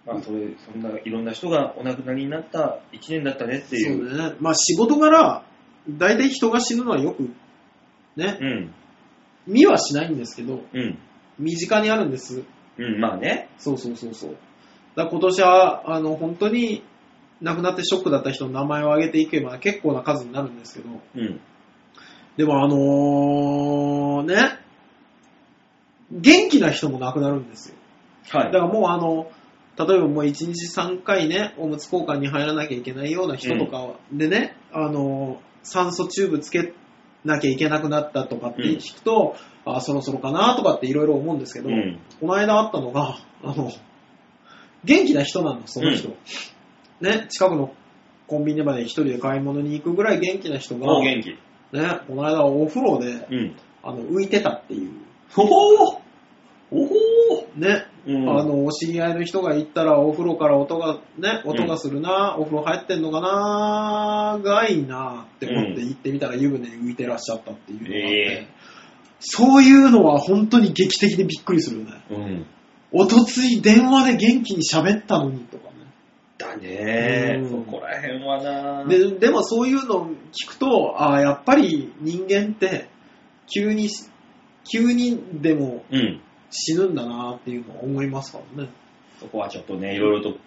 Speaker 2: まあそれ、そんないろんな人がお亡くなりになった1年だったねっていう。
Speaker 3: そうね。まあ仕事柄、大体人が死ぬのはよく、ね、
Speaker 2: うん。
Speaker 3: 見はしないんですけど、
Speaker 2: うん。
Speaker 3: 身近にあるんです。
Speaker 2: うん、まあね。
Speaker 3: そうそうそうそう。だから今年は、あの、本当に亡くなってショックだった人の名前を挙げていけば結構な数になるんですけど、
Speaker 2: うん。
Speaker 3: でもあのーね、元気な人も亡くなるんですよ。
Speaker 2: は
Speaker 3: だ
Speaker 2: い。
Speaker 3: からもうあの、例えばもう1日3回ね、おむつ交換に入らなきゃいけないような人とかでね、あのー酸素チューブつけなきゃいけなくなったとかって聞くと、あーそろそろかなとかっていろいろ思うんですけど、
Speaker 2: うん。
Speaker 3: この間あったのが、あの、元気な人なの、その人。ね、近くのコンビニまで一人で買い物に行くぐらい元気な人が、
Speaker 2: もう
Speaker 3: ね、
Speaker 2: 元気。
Speaker 3: この間お風呂で、
Speaker 2: うん。
Speaker 3: あの、浮いてたっていう。
Speaker 2: ほほーおほー
Speaker 3: ね、
Speaker 2: うん。
Speaker 3: あの、お知り合いの人が行ったら、お風呂から音が、ね、音がするな、お風呂入ってんのかな、がいいなって思って行ってみたら、湯船に浮いてらっしゃったっていうのがあって、
Speaker 2: ええ
Speaker 3: そういうのは本当に劇的でびっくりするよね。
Speaker 2: うん。
Speaker 3: おとつい電話で元気に喋ったのにとかね。
Speaker 2: だね
Speaker 3: う
Speaker 2: ー。
Speaker 3: ん
Speaker 2: そこら辺はなー
Speaker 3: で、でもそういうのを聞くと、ああ、やっぱり人間って、急に、急にでも
Speaker 2: うん。
Speaker 3: 死ぬんだなっていうのは思いますからね。
Speaker 2: そこはちょっとね、いろいろと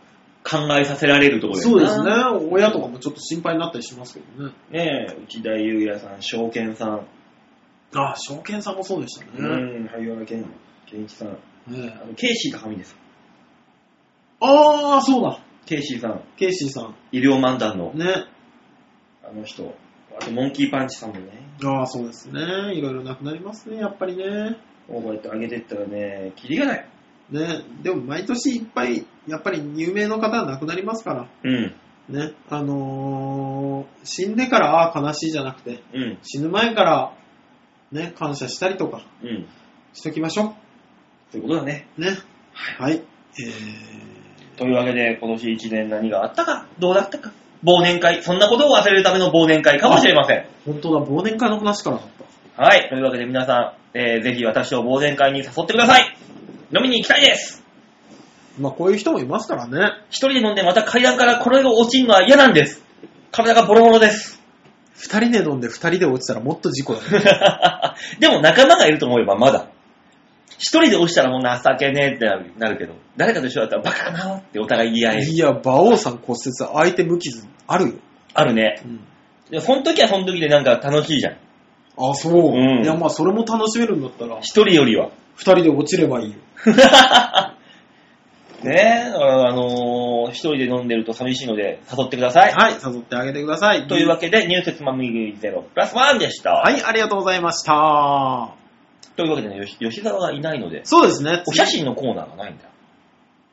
Speaker 2: 考えさせられるところ
Speaker 3: そう
Speaker 2: よ
Speaker 3: で
Speaker 2: な
Speaker 3: すね。。親とかもちょっと心配になったりしますけどね。
Speaker 2: ねえ、内田裕也さん、証券さん、
Speaker 3: ああ、証券さんもそうでした
Speaker 2: う
Speaker 3: ね。
Speaker 2: ん、萩原健、健一さん、
Speaker 3: ね
Speaker 2: あの、ケイシー高見です。
Speaker 3: ああ、そうだ。
Speaker 2: ケイシーさん、
Speaker 3: ケイシーさん。
Speaker 2: 医療漫談の、
Speaker 3: ね。
Speaker 2: あの人、あと、モンキーパンチさんもね、
Speaker 3: ああ、そうですね。いろいろなくなりますね、やっぱりね。
Speaker 2: もうこうやって上げてったらね、キリがない。
Speaker 3: ね、でも毎年いっぱい、やっぱり有名の方は亡くなりますから、
Speaker 2: うん、
Speaker 3: ね、あのー死んでからああ悲しいじゃなくて、
Speaker 2: うん、
Speaker 3: 死ぬ前から、ね、感謝したりとか
Speaker 2: うん。
Speaker 3: しときましょ
Speaker 2: ということだね。
Speaker 3: う。ね。はい。え
Speaker 2: というわけで、今年1年何があったか、どうだったか、忘年会、そんなことを忘れるための忘年会かもしれません。
Speaker 3: ー、本当だ、忘年会の話からだった。
Speaker 2: はい。というわけで皆さん、えー、ぜひ私を忘年会に誘ってください。飲みに行きたいです。
Speaker 3: まあ、こういう人もいますからね。
Speaker 2: 一人で飲んでまた階段からこれが落ちるのは嫌なんです。体がボロボロです。
Speaker 3: 二人で飲んで二人で落ちたらもっと事故だね。
Speaker 2: *laughs* でも仲間がいると思えばまだ。一人で落ちたらもう情けねえってなるなるけど、誰かと一緒だったらバカだなってお互い言い合い、
Speaker 3: いや、馬王さん骨折、相手無傷、あるよ。
Speaker 2: あるね。
Speaker 3: うん。
Speaker 2: でその時はその時でなんか楽しいじゃん。
Speaker 3: あ、そう。
Speaker 2: うん
Speaker 3: いや、まあ、それも楽しめるんだったら、
Speaker 2: 一人よりは。
Speaker 3: 二人で落ちればいいよ。
Speaker 2: ねえ、あのー一人で飲んでると寂しいので誘ってください。
Speaker 3: はい、誘ってあげてください。
Speaker 2: というわけで、ニュースつまみ食いゼロプラスワンでした。
Speaker 3: はい、ありがとうございました。
Speaker 2: というわけでね、よし吉沢がいないので、
Speaker 3: そうですね。
Speaker 2: お写真のコーナーがないんだ。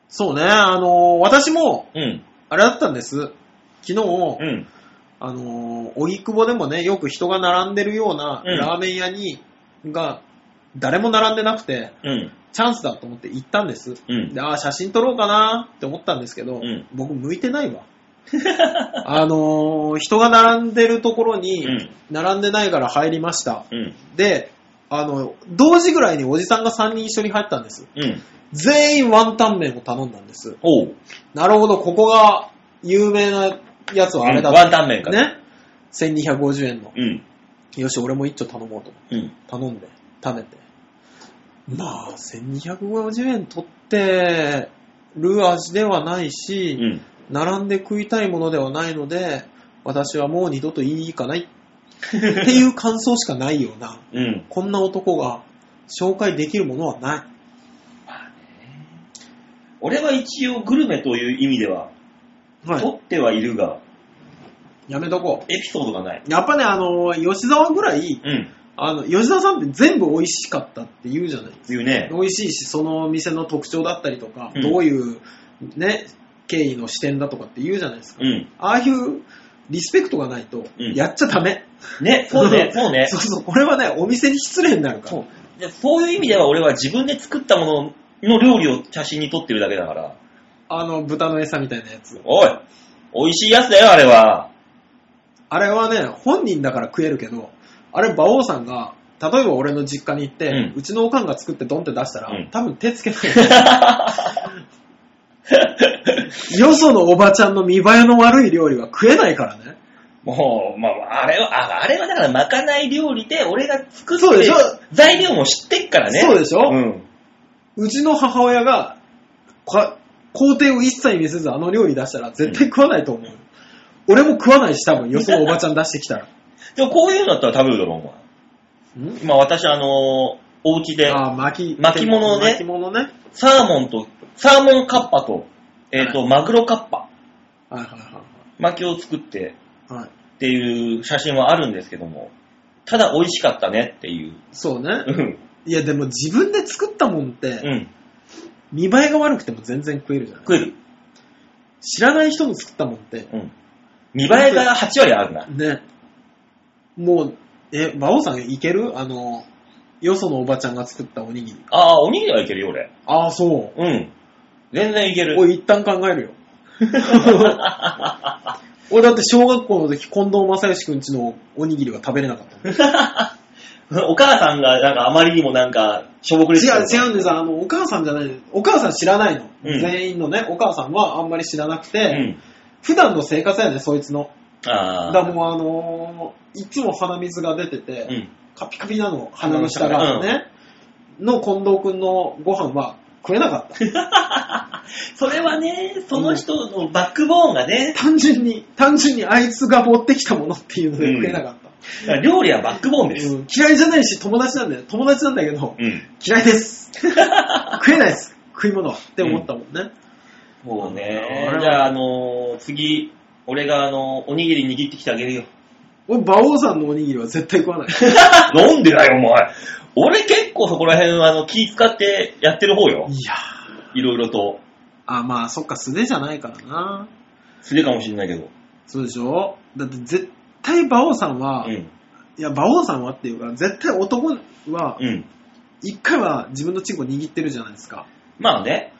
Speaker 3: そうね、あのー私も、
Speaker 2: うん、
Speaker 3: あれだったんです。昨日、
Speaker 2: うん、
Speaker 3: あのー、荻窪でもね、よく人が並んでるような
Speaker 2: うん
Speaker 3: ラーメン屋に、が、誰も並んでなくて、
Speaker 2: うん、
Speaker 3: チャンスだと思って行ったんです。
Speaker 2: うん。
Speaker 3: で、あー写真撮ろうかなって思ったんですけど、
Speaker 2: うん
Speaker 3: 僕向いてない
Speaker 2: *laughs*
Speaker 3: わ。あのー人が並んでるところに
Speaker 2: うん、
Speaker 3: 並んでないから入りました。
Speaker 2: うん、
Speaker 3: で、あの、同時ぐらいにおじさんが3人一緒に入ったんです。
Speaker 2: うん。
Speaker 3: 全員ワンタン麺を頼んだんです。
Speaker 2: おう。
Speaker 3: なるほど、ここが有名なやつはあれだ
Speaker 2: うんワンタン麺か
Speaker 3: ね。1250円の。
Speaker 2: うん、
Speaker 3: よし、俺も一丁頼もうと。
Speaker 2: うん。
Speaker 3: 頼んで、食べて。まあ、1250円取ってる味ではないうし、
Speaker 2: ん。
Speaker 3: 並んで食いたいものではないので、私はもう二度といいかないっていう感想しかないような。
Speaker 2: うん。
Speaker 3: こんな男が紹介できるものはない。
Speaker 2: 俺は一応グルメという意味では、
Speaker 3: と
Speaker 2: 取ってはいるが、
Speaker 3: やめとこ
Speaker 2: エピソードがない。
Speaker 3: う。やっぱね、あの、吉沢ぐらい、
Speaker 2: うん。
Speaker 3: あの、吉沢さんって全部美味しかったって言うじゃない。
Speaker 2: 言うね。
Speaker 3: 美味しいし、その店の特徴だったりとか、
Speaker 2: うん
Speaker 3: どういう、ね、経緯の視点だとかって言うじゃないですか。
Speaker 2: うん。
Speaker 3: ああいうリスペクトがないと、
Speaker 2: うん
Speaker 3: やっちゃダメ。
Speaker 2: ね、そうね、そうね。
Speaker 3: *laughs* そうそう、これはね、お店に失礼になるから。
Speaker 2: そうでそういう意味では俺は自分で作ったものの料理を写真に撮ってるだけだから。
Speaker 3: あの、豚の餌みたいなやつ。
Speaker 2: おい美味しいやつだよ、あれは。 *laughs*
Speaker 3: あれはね、本人だから食えるけど、あれ、馬王さんが、例えば俺の実家に行って、
Speaker 2: うん
Speaker 3: うちのおかんが作ってドンって出したら、
Speaker 2: うん
Speaker 3: 多分手つけない。よそのおばちゃんの見栄えの悪い料理は食えないからね。
Speaker 2: もう、まあ、あれは、ああれはだからまかない料理で俺が作っ
Speaker 3: そうでし
Speaker 2: て
Speaker 3: ょ、
Speaker 2: 材料も知ってっからね。
Speaker 3: そうでしょ
Speaker 2: うん。
Speaker 3: うちの母親が、か工程を一切見せずあの料理出したら絶対食わないと思う。俺も食わないし、多分、よそのおばちゃん出してきたら。
Speaker 2: でもこういうのだったら食べるだろ、お前。
Speaker 3: ん
Speaker 2: 今私、あのーお家で、
Speaker 3: あー巻き、
Speaker 2: 巻き物をね
Speaker 3: 巻物ね。
Speaker 2: サーモンと、サーモンカッパと、えっ、と、マグロカッパ、
Speaker 3: はいはい
Speaker 2: 巻きを作って
Speaker 3: はい。はい、
Speaker 2: っていう写真はあるんですけども、ただ美味しかったねっていう。
Speaker 3: そうね。
Speaker 2: うん。
Speaker 3: いや、でも自分で作ったもんって、
Speaker 2: うん。
Speaker 3: 見栄えが悪くても全然食えるじゃない
Speaker 2: 食える。
Speaker 3: 知らない人の作ったもんって、
Speaker 2: うん。見栄えが8割あるな。
Speaker 3: ね。もう、え、馬王さんいけるあの、よそのおばちゃんが作ったおにぎり。
Speaker 2: ああ、おにぎりはいけるよ、俺。
Speaker 3: ああ、そう。
Speaker 2: うん。全然いける。
Speaker 3: 俺一旦考えるよ。俺だって小学校の時、近藤正義くんちのおにぎりは食べれなかったもん。
Speaker 2: *laughs* お母さんが、なんかあまりにもなんか、しょぼくれて
Speaker 3: 違
Speaker 2: た
Speaker 3: う、違うんです。あの、お母さんじゃないです。お母さん知らないの。
Speaker 2: うん
Speaker 3: 全員のね、お母さんはあんまり知らなくて、
Speaker 2: うん。
Speaker 3: 普段の生活やね、そいつの。
Speaker 2: ああ。
Speaker 3: だからもうあのーいつも鼻水が出てて、
Speaker 2: うん。
Speaker 3: カピカピなの、鼻の下がね、の近藤くんのご飯は食えなか
Speaker 2: *laughs*
Speaker 3: った。
Speaker 2: それはね、その人のバックボーンがね、
Speaker 3: 単純に、単純にあいつが持ってきたものっていうので食えなかった。
Speaker 2: 料理はバックボーンで
Speaker 3: う
Speaker 2: す。
Speaker 3: ん嫌いじゃないし友達なんだよ。友達なんだけど、
Speaker 2: うん。
Speaker 3: 嫌いです。食えないです。食い物はって思ったもんね。
Speaker 2: そうね
Speaker 3: あ。れは
Speaker 2: じゃあ、あのー次、俺が、あのーおにぎり握ってきてあげるよ。 *laughs*
Speaker 3: 俺、馬王さんのおにぎりは絶対食わない。
Speaker 2: なんでだよ、お前。俺結構そこら辺、あの、気使ってやってる方よ。
Speaker 3: いや
Speaker 2: いろいろと。
Speaker 3: あ、まあ、そっか、素手じゃないからな。
Speaker 2: すれかもしんないけど。
Speaker 3: そうでしょだって絶対馬王さんは、
Speaker 2: うん。
Speaker 3: いや、馬王さんはっていうか、絶対男は、
Speaker 2: うん。
Speaker 3: 一回は自分のチンコ握ってるじゃないですか。
Speaker 2: まあね。 *laughs*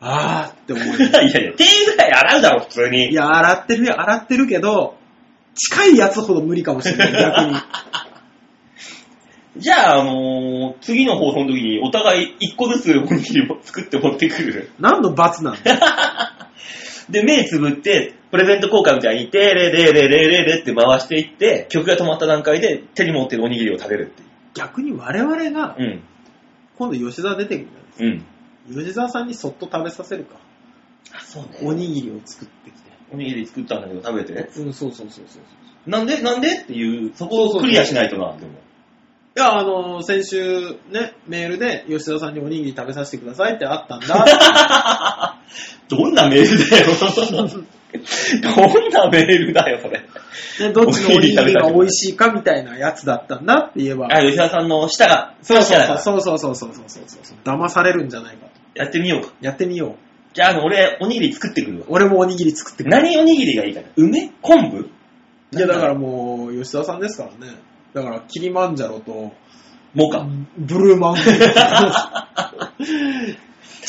Speaker 3: あーって思う
Speaker 2: い。やいや、手ぐらい洗うだろ、普通
Speaker 3: い
Speaker 2: に。
Speaker 3: や、洗ってるよ、洗ってるけど、近いやつほど無理かもしれない、逆に。
Speaker 2: じゃあ、あのー次の放送の時に、お互い一個ずつおにぎりを作って持ってくる。
Speaker 3: 何の罰なんだ
Speaker 2: で、目つぶって、プレゼント交換みたいに、てれれれれれれって回していって、曲が止まった段階で手に持ってるおにぎりを食べるってい
Speaker 3: 逆に我々が、
Speaker 2: う。
Speaker 3: 今度吉沢出てくるじゃないです
Speaker 2: うん。うん。
Speaker 3: か。吉沢さんにそっと食べさせるか。
Speaker 2: あ、そうね
Speaker 3: おにぎりを作ってきて。
Speaker 2: おにぎり作ったんだけど食べて。
Speaker 3: うん、そうそうそうそうそう。
Speaker 2: なんでなんでっていう、そこをクリアしないとな、でも。
Speaker 3: いや、あの先週ね、メールで吉田さんにおにぎり食べさせてくださいってあったん *laughs* だ。
Speaker 2: どんなメール *laughs* だよ。どんなメールだよ、それ。
Speaker 3: ね、どっちのおにぎりが美味しいかみたいなやつだったんだって言えば。
Speaker 2: *laughs* あ、吉田さんの舌が、
Speaker 3: そう
Speaker 2: 舌が
Speaker 3: そうそうそうそうそうそうそうそう。騙されるんじゃないかと。
Speaker 2: やってみようか。
Speaker 3: やってみよう。
Speaker 2: じゃあ、あの、俺、おにぎり作ってくるわ。
Speaker 3: 俺もおにぎり作ってくる。
Speaker 2: 何おにぎりがいいかな梅昆布
Speaker 3: いや、だからもう、吉田さんですからね。だから、キリマンジャロと、
Speaker 2: もか。
Speaker 3: ブルーマウンテン。 *laughs* ち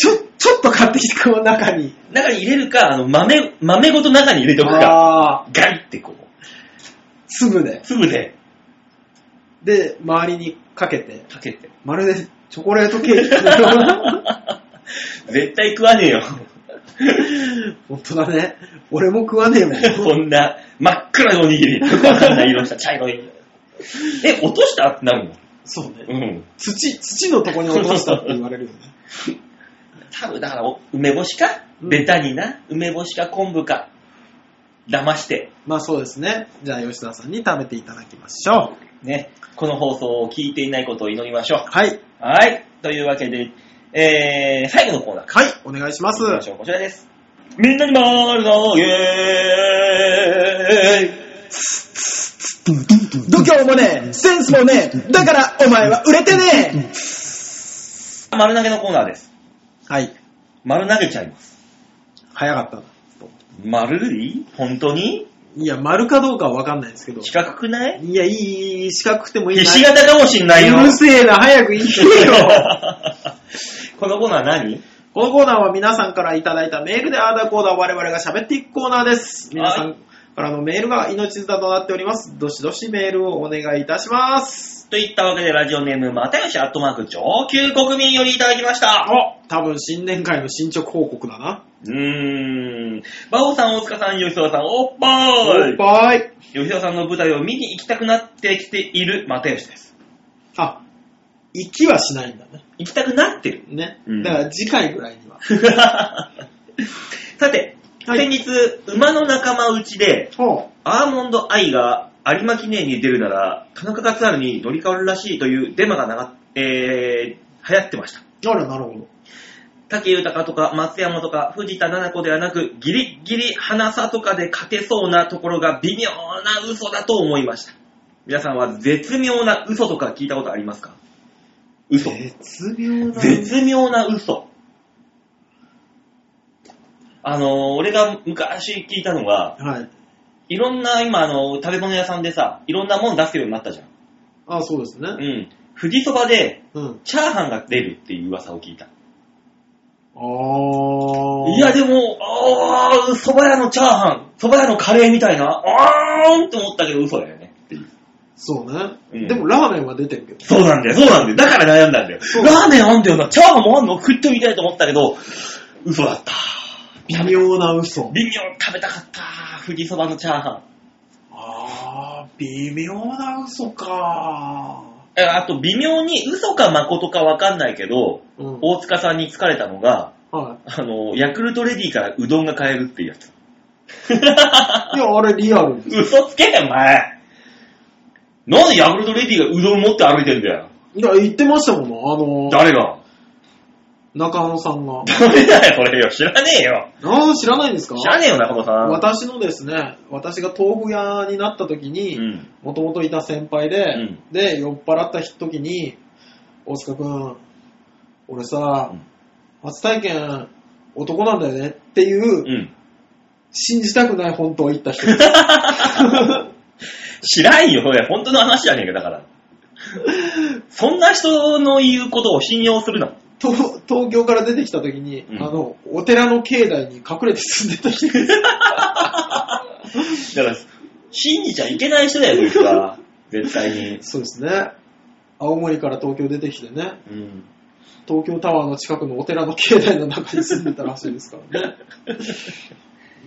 Speaker 3: ょ、ちょっと買ってきて、この中に。
Speaker 2: 中に入れるか、あの、豆、豆ごと中に入れておくか。
Speaker 3: ああ、
Speaker 2: ガリってこう、
Speaker 3: 粒で。
Speaker 2: 粒で
Speaker 3: で、周りにかけて、
Speaker 2: かけて。
Speaker 3: まるでチョコレートケーキのよう *laughs* な。
Speaker 2: 絶対食わねえよ。
Speaker 3: 本当だね。俺も食わねえもん。
Speaker 2: *laughs* こんな、真っ暗いおにぎり。よくわかんない色した、茶色い。え、落としたってなるの
Speaker 3: そうね。
Speaker 2: うん。
Speaker 3: 土、土のとこに落としたって言われるよ *laughs* ね。
Speaker 2: 多分だから、お梅干しか
Speaker 3: うん
Speaker 2: ベタにな。梅干しか昆布か。騙して。
Speaker 3: まあそうですね。じゃあ吉田さんに食べていただきましょう。
Speaker 2: ね。この放送を聞いていないことを祈りましょう。
Speaker 3: はい。
Speaker 2: はい。というわけで、えー、最後のコーナー。
Speaker 3: はい、お願いします。
Speaker 2: 行きましょう。こちらです。みんなにまーるのゲー
Speaker 3: 度胸もねえ、センスもねえ、だからお前は売れてねえ
Speaker 2: 丸投げのコーナーです。
Speaker 3: はい。
Speaker 2: 丸投げちゃいます。
Speaker 3: 早かったな。
Speaker 2: 丸い本当に
Speaker 3: いや、丸かどうかはわかんないですけど。
Speaker 2: 四角くない
Speaker 3: いや、いいいい、いい、四角くてもいい
Speaker 2: ひ
Speaker 3: な。
Speaker 2: し形かもしんないよ。
Speaker 3: うるせえな、早く言えよ。
Speaker 2: *laughs* このコーナー何
Speaker 3: このコーナーは皆さんからいただいたメールでアーダーコーダー我々が喋っていくコーナーです。皆さ
Speaker 2: は
Speaker 3: んからのメールが命綱となっております。どしどしメールをお願いいたします。
Speaker 2: といったわけで、ラジオネーム、またよし、アットマーク、上級国民よりいただきました。
Speaker 3: お多分新年会の進捗報告だな。
Speaker 2: うーん。バオさん、大塚さん、吉沢さん、おっぱー
Speaker 3: お
Speaker 2: い
Speaker 3: っぱい。
Speaker 2: 吉沢さんの舞台を見に行きたくなってきている、またよしです。
Speaker 3: あ、行きはしないんだね。
Speaker 2: 行きたくな *laughs* ってる。
Speaker 3: ね。
Speaker 2: うん
Speaker 3: だから次回ぐらいには。
Speaker 2: さて、
Speaker 3: はい
Speaker 2: 先日、馬の仲間内で、
Speaker 3: ほ
Speaker 2: アーモンドアイが有馬記念に出るなら、田中勝春に乗り換わるらしいというデマがなが、えー、流行ってました。
Speaker 3: う。なるほどなるほど。
Speaker 2: 竹豊とか松山とか藤田七子ではなく、ギリギリ花さとかで勝てそうなところが微妙な嘘だと思いました。皆さんは絶妙な嘘とか聞いたことありますか嘘。
Speaker 3: 絶妙な。
Speaker 2: 絶妙な嘘。あの、俺が昔聞いたのが、
Speaker 3: はい。
Speaker 2: いろんな今、あの、食べ物屋さんでさ、いろんなもん出すようになったじゃん。
Speaker 3: あ、そうですね
Speaker 2: う。ん。富士そばで、
Speaker 3: うん。
Speaker 2: チャーハンが出るっていう噂を聞いた。
Speaker 3: あー。
Speaker 2: いや、でも、あー、蕎麦屋のチャーハン、蕎麦屋のカレーみたいな、あーんって思ったけど嘘だよね。
Speaker 3: そうね、
Speaker 2: うん
Speaker 3: でもラーメンは出てるけど。
Speaker 2: そうなんだよ、そうなんだよ。だから悩んだんだよ。
Speaker 3: そう
Speaker 2: ラーメンあんだよな、チャーハンもあんの食ってみたいと思ったけど、嘘だった。
Speaker 3: 微妙な嘘。
Speaker 2: 微妙、食べたかった。富士そばのチャーハン。
Speaker 3: あー、微妙な嘘か
Speaker 2: えあと、微妙に嘘か誠かわかんないけど、
Speaker 3: うん。
Speaker 2: 大塚さんに疲れたのが、
Speaker 3: は
Speaker 2: あの、ヤクルトレディからうどんが買えるっていうやつ。
Speaker 3: い。いや、あれリアルです。
Speaker 2: 嘘つけよ、お前。なんでヤクルトレディがうどん持って歩いてんだよ。
Speaker 3: いや、言ってましたもん、あの、
Speaker 2: 誰が
Speaker 3: 中野さんが。
Speaker 2: 誰だよ、それよ。知らねえよ。
Speaker 3: あー、知らないんですか
Speaker 2: 知らねえよ、中野さん。
Speaker 3: 私のですね、私が豆腐屋になった時に、
Speaker 2: うん。
Speaker 3: もともといた先輩で、
Speaker 2: うん
Speaker 3: で、酔っ払った時に、大塚くん、俺さ、
Speaker 2: うん
Speaker 3: 初体験男なんだよねっていう、
Speaker 2: うん。
Speaker 3: 信じたくない本当を言った人。
Speaker 2: 知らんよ、それ。本当の話じゃねえか、だから。そんな人の言うことを信用するな。
Speaker 3: 東 *laughs* 東京から出てきた時に、
Speaker 2: うん
Speaker 3: あの、お寺の境内に隠れて住んでた人。
Speaker 2: だから、信じちゃいけない人だよ、こいつ *laughs* は。絶対に。
Speaker 3: そうですね。青森から東京出てきてね、
Speaker 2: うん。
Speaker 3: 東京タワーの近くのお寺の境内の中に住んでたらしいですから *laughs* ね。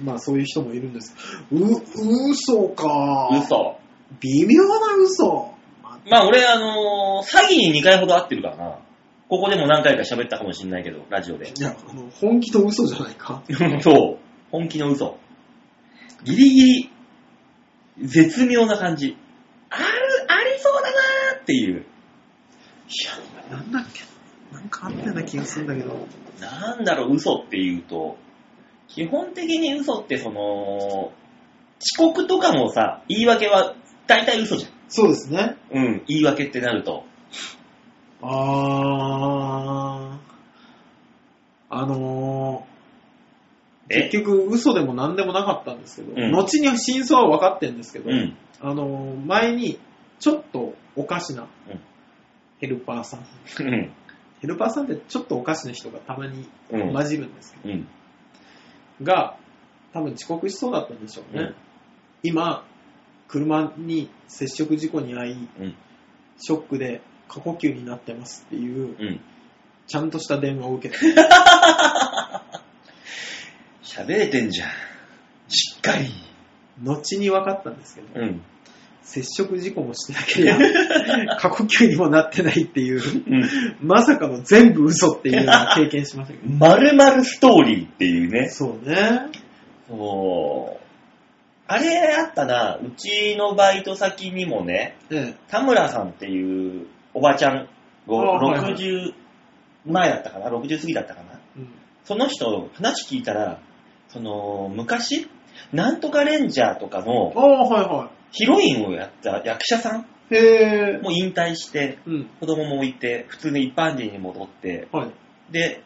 Speaker 3: まあそういう人もいるんです。う、嘘か。
Speaker 2: 嘘。
Speaker 3: 微妙な嘘。
Speaker 2: まあ俺、あのー詐欺に2回ほど会ってるからな。ここでも何回か喋ったかもしんないけど、ラジオで。
Speaker 3: いや、あの、本気と嘘じゃないか。
Speaker 2: そう。本気の嘘。ギリギリ、絶妙な感じ。ある、ありそうだなーっていう。
Speaker 3: いや、なんだっけ。なんかあったような気がするんだけど。
Speaker 2: なんだろう、嘘っていうと、基本的に嘘ってその、遅刻とかもさ、言い訳は大体嘘じ
Speaker 3: そうですね。
Speaker 2: ゃん。うん、言い訳ってなると。
Speaker 3: あー。あのー、
Speaker 2: え
Speaker 3: 結局嘘でも何でもなかったんですけど、
Speaker 2: うん
Speaker 3: 後に真相は分かってんですけど、
Speaker 2: うん。
Speaker 3: あのー、前にちょっとおかしな
Speaker 2: うん
Speaker 3: ヘルパーさん、
Speaker 2: うん。
Speaker 3: ヘルパーさんってちょっとおかしな人がたまに
Speaker 2: うん。
Speaker 3: 混じるんですけど、
Speaker 2: うん。
Speaker 3: が、多分遅刻しそうだったんでしょうね。
Speaker 2: うん
Speaker 3: 今、車に接触事故に遭い、
Speaker 2: うん
Speaker 3: ショックで過呼吸になってますっていう、
Speaker 2: うん。
Speaker 3: ちゃんとした電話を受けた。
Speaker 2: *laughs* 喋れてんじゃん。しっかり。
Speaker 3: 後に分かったんですけど、
Speaker 2: うん。
Speaker 3: 接触事故もしてなければ、過呼吸にもなってないっていう、
Speaker 2: うん。
Speaker 3: まさかの全部嘘っていうの
Speaker 2: *laughs*
Speaker 3: を経験しましたけど。
Speaker 2: まるまるストーリーっていうね。
Speaker 3: そうね。
Speaker 2: そう。あれあったな、うちのバイト先にもね、
Speaker 3: ええ。
Speaker 2: 田村さんっていうおばちゃん、ご
Speaker 3: あはいはい
Speaker 2: 60前だったかな、60過ぎだったかな。
Speaker 3: うん
Speaker 2: その人、話聞いたら、その、昔、なんとかレンジャーとかの
Speaker 3: ああ、はいは
Speaker 2: ヒロインをやった役者さん
Speaker 3: い。へえ。
Speaker 2: も引退して、
Speaker 3: うん。
Speaker 2: 子供もいて、普通の一般人に戻って、
Speaker 3: はい。
Speaker 2: で、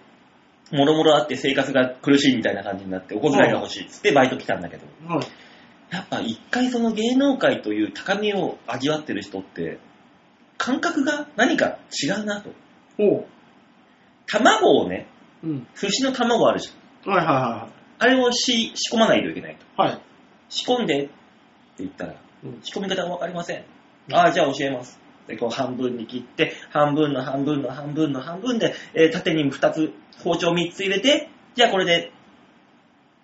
Speaker 2: もろもろあって生活が苦しいみたいな感じになって、お小遣いが欲しいっつってバイト来たんだけど、
Speaker 3: はい。
Speaker 2: やっぱ一回その芸能界という高みを味わってる人って、感覚が何か違うなと。
Speaker 3: おう。
Speaker 2: 卵をね、
Speaker 3: うん。
Speaker 2: 寿司の卵あるじゃん。
Speaker 3: はいは
Speaker 2: あれをし仕込まないといけないと。
Speaker 3: いはい。はい。
Speaker 2: 仕込んでって言ったら、
Speaker 3: うん
Speaker 2: 仕込み方わかりません。ああ、じゃあ教えます。で、こう半分に切って、半分の半分の半分の半分で、えー縦に2つ、包丁3つ入れて、じゃあこれで、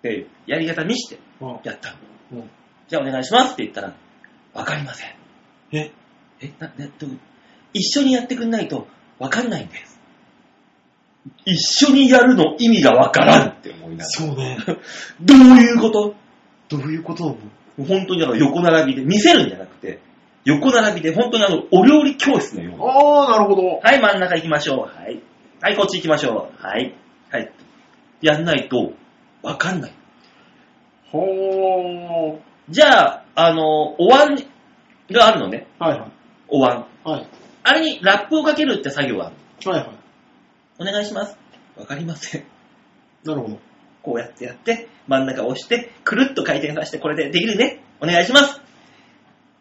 Speaker 2: で、やり方見して、
Speaker 3: あ
Speaker 2: やった。
Speaker 3: うん
Speaker 2: じゃあお願いしますって言ったら、わかりません。
Speaker 3: え
Speaker 2: え、な、な、どう一緒にやってくんないとわかんないんです。一緒にやるの意味がわからんって思いなが
Speaker 3: そうね。
Speaker 2: ら。 *laughs* どういうこと
Speaker 3: どういうことなの
Speaker 2: 本当にあの横並びで、見せるんじゃなくて、横並びで、本当にあの、お料理教室のように。
Speaker 3: ああ、なるほど。
Speaker 2: はい、真ん中行きましょう。はい。はい、こっち行きましょう。はい。はい。やんないと、わかんない。
Speaker 3: ほー。
Speaker 2: じゃあ、あの、お椀があるのね。
Speaker 3: はいはい。
Speaker 2: お椀。
Speaker 3: はい。
Speaker 2: あれにラップをかけるって作業がある。
Speaker 3: はいは
Speaker 2: お願いします。わかりません。
Speaker 3: い。なるほど。
Speaker 2: こうやってやって、真ん中押して、くるっと回転させて、これでできるね。お願いします。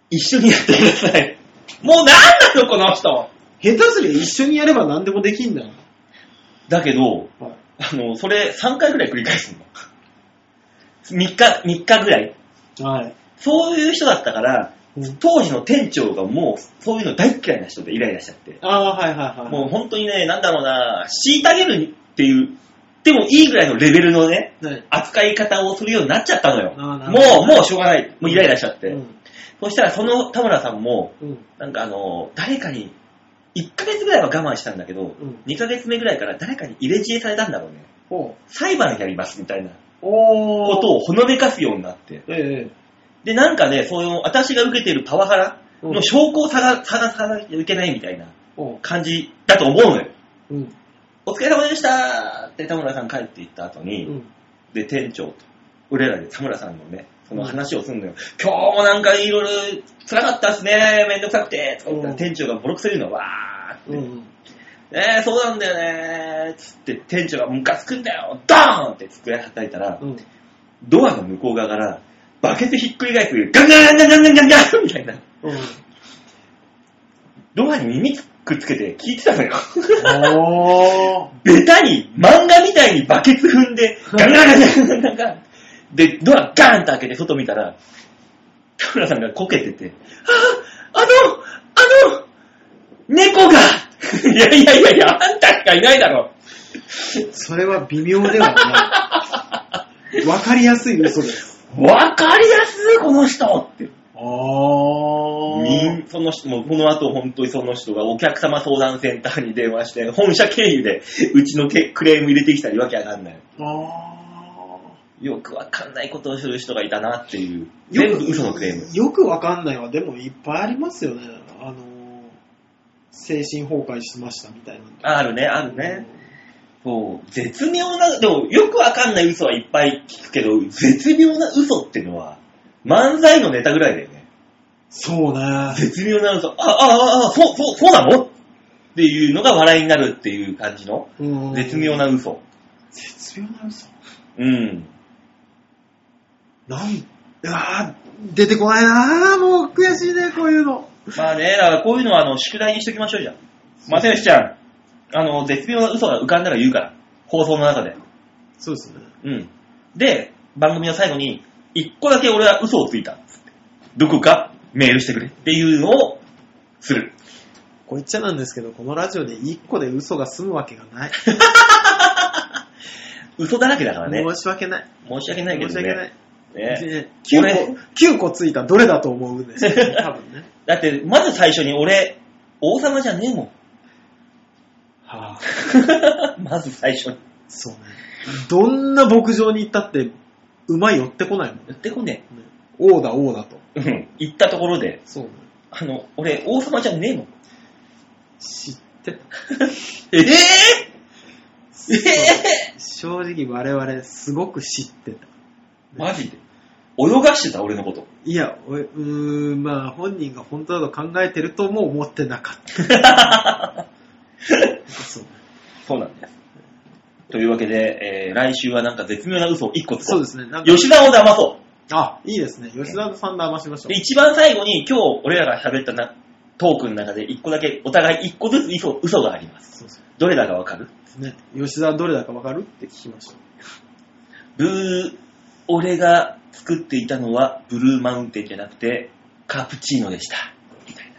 Speaker 2: 一緒にやってください。もうなんなの、この人。
Speaker 3: 下手すりゃ一緒にやれば何でもできんだよ。
Speaker 4: だけど、
Speaker 3: はい
Speaker 4: あの、それ3回ぐらい繰り返すの。3日、3日ぐらい。
Speaker 3: はい。
Speaker 2: そういう人だったから、当時の店長がもう、そういうの大嫌いな人でイライラしちゃって。
Speaker 3: ああ、はいはいはい。
Speaker 2: もう本当にね、なんだろうな、虐げるっていう、でもいいぐらいのレベルのね、
Speaker 3: う、はい。
Speaker 2: 扱い方をするようになっちゃったのよ。
Speaker 3: あーなる
Speaker 2: もう、もうしょうがない。もうイライラしちゃって。
Speaker 3: うん。
Speaker 2: そしたらその田村さんも、
Speaker 3: うん。
Speaker 2: なんかあの、誰かに、1ヶ月ぐらいは我慢したんだけど、
Speaker 3: うん
Speaker 2: 2ヶ月目ぐらいから誰かに入れ知恵されたんだろうね。
Speaker 3: ほ
Speaker 2: 裁判やりますみたいな
Speaker 3: う。おー。
Speaker 2: ことをほのめかすようになって。
Speaker 3: ええ。
Speaker 2: で、なんかね、そういう、私が受けてるパワハラ
Speaker 3: うん
Speaker 2: の証拠を探探さなきゃいけないみたいな
Speaker 3: おう。
Speaker 2: 感じだと思うのよ。
Speaker 3: うん。
Speaker 2: お疲れ様でしたって田村さん帰って行った後
Speaker 3: う
Speaker 2: に、
Speaker 3: ん。
Speaker 2: で、店長と、俺らで田村さんのね、その話をすんのよ。今日もなんかいろいろ辛かったっすね、めんどくさくて、とか言ったら
Speaker 3: うん
Speaker 2: 店長がボロクソ言うの、わーって。
Speaker 3: うん。
Speaker 2: ねえ、そうなんだよねー、つって店長がムカつくんだよ、ドーンって机叩いたら、
Speaker 3: うん。
Speaker 2: ドアの向こう側から、バケツひっくり返す、ガンガンガンガンガンガンガンみたいな。ドアに耳くっつけて聞いてたのよ。
Speaker 3: おー。
Speaker 2: *laughs* ベタに、漫画みたいにバケツ踏んで、ガンガンガンガンガンガンガン。で、ドアガーンと開けて外見たら、田村さんがこけてて、ああ、あの、あの、猫が *laughs* いやいやいやいや、あんたしかいないだろ。
Speaker 3: それは微妙では *laughs* ない。わかりやすい嘘です。
Speaker 2: わかりやすい、この人って。
Speaker 3: あー。
Speaker 2: みんその人も、この後本当にその人がお客様相談センターに電話して、本社経由でうちのけクレーム入れてきたりわけわかんない。
Speaker 3: あ
Speaker 2: よくわかんないことをする人がいたなっていう。
Speaker 3: ー。よ
Speaker 2: 全
Speaker 3: く
Speaker 2: 部嘘のクレーム。
Speaker 3: よくわかんないは、でもいっぱいありますよね。あのー、精神崩壊しましたみたいな。
Speaker 2: あるね、あるね。そう、絶妙な、でもよくわかんない嘘はいっぱい聞くけど、絶妙な嘘ってのは、漫才のネタぐらいだよね。
Speaker 3: そうね。
Speaker 2: 絶妙な嘘、あ、あ、あ、あ、そう、そう、そうなのっていうのが笑いになるっていう感じの、
Speaker 3: うん
Speaker 2: 絶妙。な嘘。
Speaker 3: 絶妙な嘘
Speaker 2: うん。
Speaker 3: なん、あー、出てこないなー。もう悔しいね、こういうの。
Speaker 2: まあね、だからこういうのはあの宿題にしときましょうじゃん。又吉ちゃん、あの、絶妙な嘘が浮かんだら言うから、放送の中で。
Speaker 3: そうですね。
Speaker 2: うん。で、番組の最後に、一個だけ俺は嘘をついた。どこかメールしてくれっていうのをする。
Speaker 3: こう言っちゃなんですけど、このラジオで一個で嘘が済むわけがない。
Speaker 2: 嘘だらけだからね。
Speaker 3: 申し訳ない。
Speaker 2: 申し訳ないけ
Speaker 3: 申
Speaker 2: ど
Speaker 3: し
Speaker 2: ね。
Speaker 3: 訳ない。
Speaker 2: ね
Speaker 3: ね九
Speaker 2: 俺
Speaker 3: 個、九個ついたどれだと思うんですよ、
Speaker 2: *laughs*
Speaker 3: 多分ね。
Speaker 2: だって、まず最初に俺、王様じゃねえもん。 *laughs*
Speaker 3: はあ、
Speaker 2: まず最初に。
Speaker 3: そうね。どんな牧場に行ったって、馬寄ってこないもんね。
Speaker 2: 言ってこね
Speaker 3: 王だ、王だと。
Speaker 2: え。うん。言ったところで、
Speaker 3: そうね。
Speaker 2: あの、俺、王様じゃねえもん。
Speaker 3: 知ってた。
Speaker 2: えぇ、えぇ、
Speaker 3: 正直我々すごく知ってた。
Speaker 2: マジで泳がしてた俺のこと。
Speaker 3: いや、おいうーん、まあ本人が本当だと考えてるとも思ってなかった。 *laughs* そう
Speaker 2: そうなんです。というわけで、えー、来週はなんか絶妙な嘘を1個つこ
Speaker 3: そう
Speaker 2: う。
Speaker 3: ですね。なんか
Speaker 2: 吉田を騙そ
Speaker 3: あ、いいですね。吉田さん騙しましょ
Speaker 2: う。で、一番最後に今日俺らが喋ったなトークの中で1個だけ、お互い1個ずつ嘘嘘があります。
Speaker 3: そうそ
Speaker 2: どれだかわかる
Speaker 3: う。ね、吉田どれだかわかるって聞きました。
Speaker 2: ブー、俺が作っていたのはブルーマウンテンじゃなくてカプチーノでした。みたいな。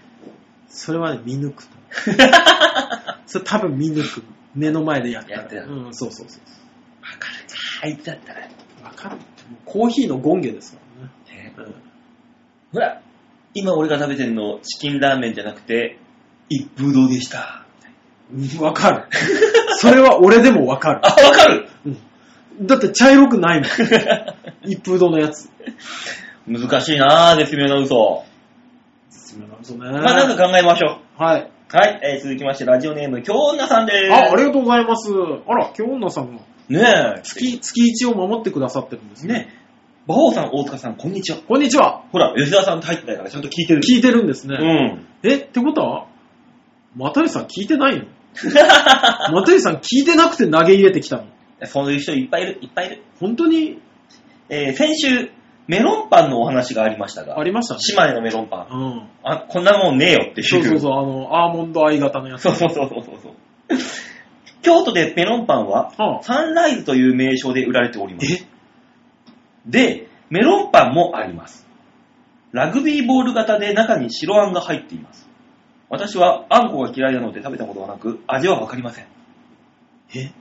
Speaker 3: それはね、見抜 *laughs* くと。それ多分見抜く。目の前でやったら。
Speaker 2: やってた
Speaker 3: うん、そうそうそ
Speaker 2: わかるなあいつだったら。ね、
Speaker 3: う。わかる。もうコーヒーのゴンゲですからね。
Speaker 2: ほら、今俺が食べてるのチキンラーメンじゃなくて一風堂でした。
Speaker 3: うんわか *laughs* る。それは俺でもわかる
Speaker 2: あ、。わかる *laughs*
Speaker 3: うん。だって茶色くないもん。一風堂のやつ。
Speaker 2: 難しいなぁ、絶妙な嘘。
Speaker 3: すみ *laughs* ませんね。
Speaker 2: まあなんか考えましょう。
Speaker 3: はい。
Speaker 2: はい、えー続きまして、ラジオネーム、京女さんで
Speaker 3: あ、あ
Speaker 2: す。
Speaker 3: りがとうございます。あら、今日女さんが
Speaker 2: ねえ、
Speaker 3: 月、月1を守ってくださってるんですね。
Speaker 2: ね馬王さん、大塚さん、こんにちは。
Speaker 3: こんにちは。
Speaker 2: ほら、吉田さんって入ってないから、ちゃんと聞いてる。
Speaker 3: 聞いてるんですね。
Speaker 2: うん。
Speaker 3: え、ってことは、 *laughs* 又吉さん聞いてないの又吉さん聞いてなくて投げ入れてきたの。
Speaker 2: そういう人いっぱいいる、いっぱいいる。
Speaker 3: 本当に
Speaker 2: えー先週、メロンパンのお話がありましたが
Speaker 3: あ、りましたね。
Speaker 2: 島根のメロンパン。
Speaker 3: うん。
Speaker 2: あ、こんなもんねえよっていう。
Speaker 3: そうそうそう、あの、アーモンド I 型のやつ。
Speaker 2: そうそうそうそうそうそう。京都でメロンパンは、
Speaker 3: はあ
Speaker 2: サンライズという名称で売られております。で、メロンパンもあります。ラグビーボール型で中に白あんが入っています。私はあんこが嫌いなので食べたことがなく、味はわかりません。
Speaker 3: え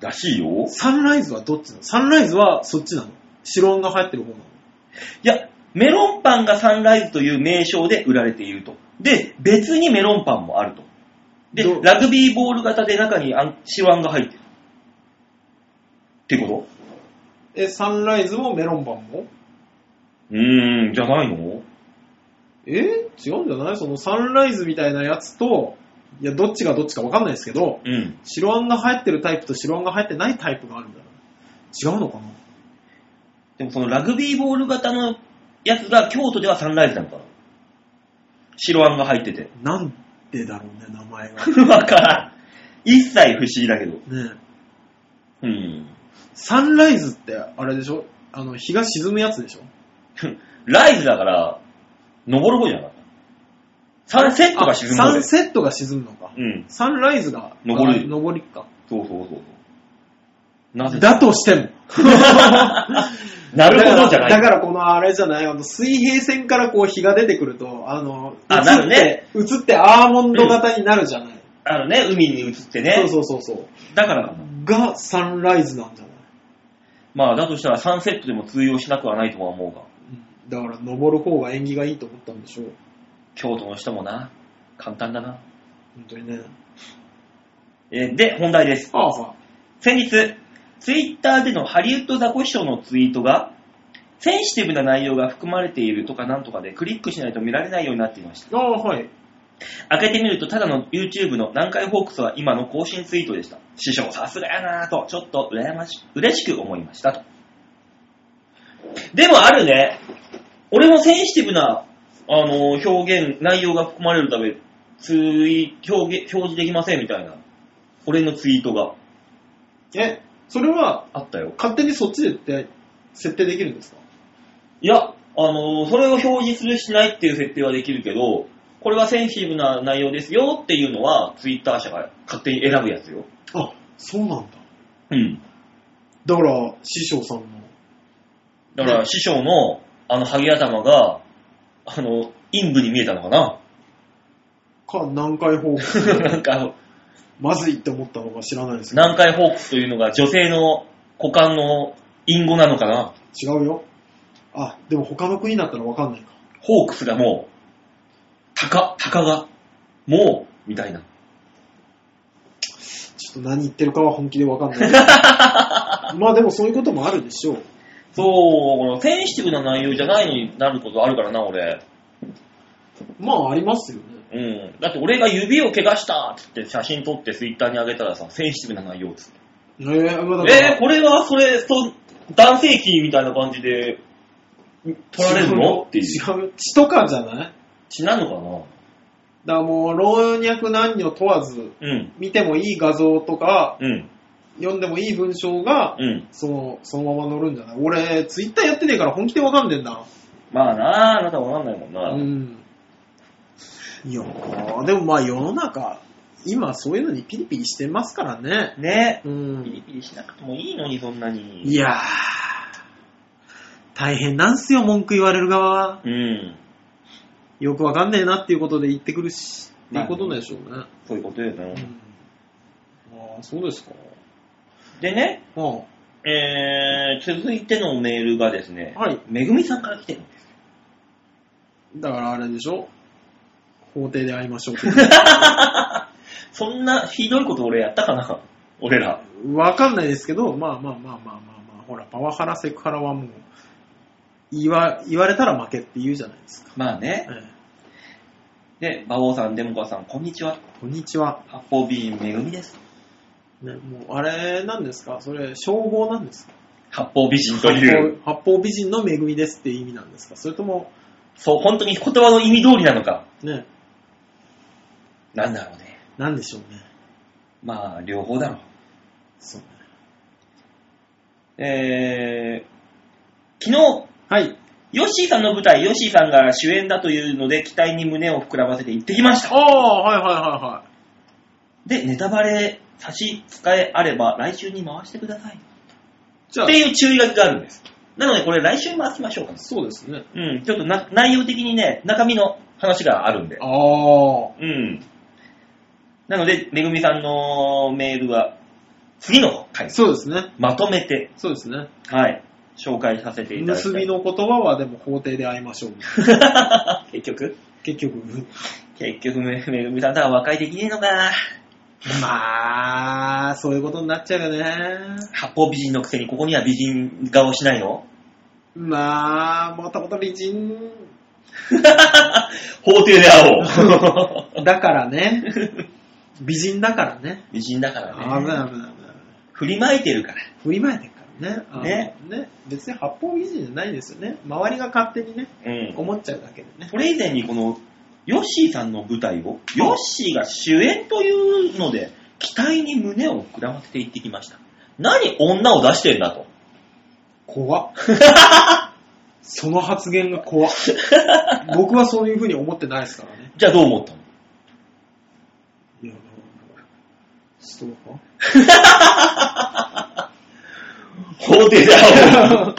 Speaker 2: らしいよ。
Speaker 3: サンライズはどっちなのサンライズはそっちなの白音が入ってる方なの
Speaker 2: いや、メロンパンがサンライズという名称で売られていると。で、別にメロンパンもあると。で
Speaker 3: ど、
Speaker 2: ラグビーボール型で中にあん白あんが入ってる。ってこ
Speaker 3: え、サンライズもメロンパンも
Speaker 2: とうーん、じゃないの
Speaker 3: え違うんじゃないそのサンライズみたいなやつと、いや、どっちがどっちかわかんないですけど、
Speaker 2: うん。
Speaker 3: 白あんが入ってるタイプと白あんが入ってないタイプがあるんだよ。違うのかな
Speaker 2: でもそのラグビーボール型のやつが京都ではサンライズなのかな白あんが入ってて。 *laughs*
Speaker 3: なんでだろうね、名前が。
Speaker 2: わからん。一切不思議だけど。
Speaker 3: ね
Speaker 2: うん。 *laughs*
Speaker 3: えサンライズって、あれでしょあの、日が沈むやつでしょ
Speaker 2: ライズだから、登る方じゃなかった。サンセットが沈む
Speaker 3: あ
Speaker 2: 方
Speaker 3: サ
Speaker 2: で
Speaker 3: ン。セットが沈むのか。
Speaker 2: うん。
Speaker 3: サンライズが、
Speaker 2: 昇り
Speaker 3: あ昇りか。
Speaker 2: そうそうそうそう。なぜ
Speaker 3: だとしても。
Speaker 2: *laughs* なるほどじゃない。
Speaker 3: だからこのあれじゃない、あの水平線からこう日が出てくると、あの、
Speaker 2: あ
Speaker 3: 映
Speaker 2: な
Speaker 3: っ
Speaker 2: る
Speaker 3: て
Speaker 2: ね、
Speaker 3: 映ってアーモンド型になるじゃない。
Speaker 2: あのね、海に移って
Speaker 3: そ
Speaker 2: ね。
Speaker 3: うそうそうそう。
Speaker 2: だからかな
Speaker 3: がサンライズなんじゃない、
Speaker 2: まあ、だとしたらサンセットでも通用しなくはないとは思うが、
Speaker 3: うん、だから登る方が縁起がいいと思ったんでしょう。
Speaker 2: 京都の人もな、簡単だな。
Speaker 3: 本当にね。
Speaker 2: えーで、本題です。
Speaker 3: ああ、は
Speaker 2: 先日、ツイッターでのハリウッドザコシショウのツイートが、センシティブな内容が含まれているとかなんとかでクリックしないと見られないようになっていました。
Speaker 3: あ。ああ、はい。
Speaker 2: 開けてみると、ただの YouTube の南海ホークスは今の更新ツイートでした。師匠、さすがやなぁと、ちょっと羨まし、嬉しく思いましたと。でもあるね。俺もセンシティブな、あの、表現、内容が含まれるため、ツイ、表現、表示できませんみたいな、俺のツイートが
Speaker 3: え、それは
Speaker 2: あったよ。
Speaker 3: 勝手にそっちでって設定できるんですか
Speaker 2: いや、あの、それを表示するしないっていう設定はできるけど、これはセンシティブな内容ですよっていうのは、ツイッター社が勝手に選ぶやつよ。
Speaker 3: あ、そうなんだ。
Speaker 2: うん。
Speaker 3: だから、師匠さんの。
Speaker 2: だから、師匠の、あの、ハゲ頭が、あの、陰部に見えたのかな
Speaker 3: か、南海ホークス。
Speaker 2: *laughs* なんかあの、
Speaker 3: *laughs* まずいって思ったのか知らないですけど。
Speaker 2: 南海ホークスというのが女性の股間の隠語なのかな
Speaker 3: 違うよ。あ、でも他の国だったらわかんないか。
Speaker 2: ホークスがもう、鷹、鷹が、もう、みたいな。
Speaker 3: ちょっと何言ってるかは本気でわかん *laughs* ない。まあでもそういうこともあるでしょう。
Speaker 2: そう、このセンシティブな内容じゃないのになることあるからな、俺。
Speaker 3: まあありますよね。
Speaker 2: うん。だって俺が指を怪我したっつって写真撮ってツイッターに上げたらさ、センシティブな内容っつって。
Speaker 3: えー、まあだから
Speaker 2: えー、これはそれ、そう、男性器みたいな感じで、取られるのっていう。
Speaker 3: 違う。血とかじゃない
Speaker 2: 血なのか
Speaker 3: だからもう老若男女問わず、
Speaker 2: なうん。
Speaker 3: 見てもいい画像とか、
Speaker 2: うん。
Speaker 3: 読んでもいい文章が、
Speaker 2: うん。
Speaker 3: その、そのまま載るんじゃない俺、ツイッターやってねえから本気でわかんねえんだ。
Speaker 2: まあなあ、あなたわかんないもんな。
Speaker 3: うん。いやー、でもまあ世の中、今そういうのにピリピリしてますからね。
Speaker 2: ね
Speaker 3: う
Speaker 2: ピリ
Speaker 3: ん。
Speaker 2: ピリしなくてもいいのに、そんなに。
Speaker 3: いやー、大変なんすよ、文句言われる側は。
Speaker 2: うん。
Speaker 3: よくわかんねえなっていうことで言ってくるし、って
Speaker 2: ま
Speaker 3: い
Speaker 2: あ
Speaker 3: うことでしょうね。
Speaker 2: そういうことよ
Speaker 3: う
Speaker 2: ね。
Speaker 3: ん。ああ、そうですか。
Speaker 2: でね、
Speaker 3: ああ
Speaker 2: えー、続いてのメールがですね、
Speaker 3: はい。
Speaker 2: めぐみさんから来てるんです。
Speaker 3: だからあれでしょ法廷で会いましょうって。
Speaker 2: そんなひどいこと俺やったかな俺ら。
Speaker 3: *laughs* わかんないですけど、まあまあまあまあまあまあ、ほら、パワハラ、セクハラはもう、言わ、言われたら負けって言うじゃないですか。
Speaker 2: まあね。
Speaker 3: え
Speaker 2: で、馬王さん、デモカさん、こんにちは。
Speaker 3: えこんにちは。
Speaker 2: 発泡ビーンめぐみです。
Speaker 3: ね、もう、あれなんですかそれ、称号なんですか
Speaker 2: 発泡美人という。
Speaker 3: 八方美人の恵みですっていう意味なんですかそれとも、
Speaker 2: そう、本当に言葉の意味通りなのか。
Speaker 3: ね、
Speaker 2: なんだろうね。
Speaker 3: なんでしょうね。
Speaker 2: まあ、両方だろう。
Speaker 3: そうね。
Speaker 2: えー、昨
Speaker 5: はい。
Speaker 2: 日、ヨッシーさんの舞台、ヨッシーさんが主演だというので、期待に胸を膨らませて行ってきました。
Speaker 3: ああ、はいはいはいはい。
Speaker 2: で、ネタバレ差し支えあれば、来週に回してください。
Speaker 3: じゃ
Speaker 2: っ
Speaker 3: あ
Speaker 2: て、いう注意書きがあるんです。なので、これ来週に回しましょうか。
Speaker 3: そうですね。
Speaker 2: うん、ちょっとな内容的にね、中身の話があるんで。
Speaker 3: ああ、
Speaker 2: うん。なので、めぐみさんのメールは、次の回、
Speaker 3: そうですね。
Speaker 2: まとめて、
Speaker 3: そうですね。
Speaker 2: はい、紹介させていただきた
Speaker 3: 結
Speaker 2: い。
Speaker 3: びの言葉はでも法廷で会いましょう。
Speaker 2: 結局
Speaker 3: 結局。
Speaker 2: 結局め、めぐみさんとは和解できねえのかな。
Speaker 3: まあ、そういうことになっちゃうよね。
Speaker 2: 八方美人のくせにここには美人顔しないの
Speaker 3: まあ、もともと美人
Speaker 2: 法廷で会おう。
Speaker 3: だからね。美人だからね。
Speaker 2: *laughs* 美人だか
Speaker 3: 危な
Speaker 2: ら
Speaker 3: い危
Speaker 2: ね。
Speaker 3: ない危ない。
Speaker 2: 振りまいてるから。
Speaker 3: 振りまいてるからね。あの
Speaker 2: ね
Speaker 3: ね。別に八方美人じゃないですよね。周りが勝手にね、
Speaker 2: うん。
Speaker 3: 思っちゃうだけでね。
Speaker 2: それ以前にこの、ヨッシーさんの舞台を、ヨッシーが主演というので、期待に胸を膨らませて行ってきました。何女を出してんだと。
Speaker 3: 怖っ。その発言が *laughs* 怖っ。僕はそういうふうに思ってないですからね。
Speaker 2: じゃあどう思ったの
Speaker 3: いや、なんかストーカー
Speaker 2: 法廷で会おう。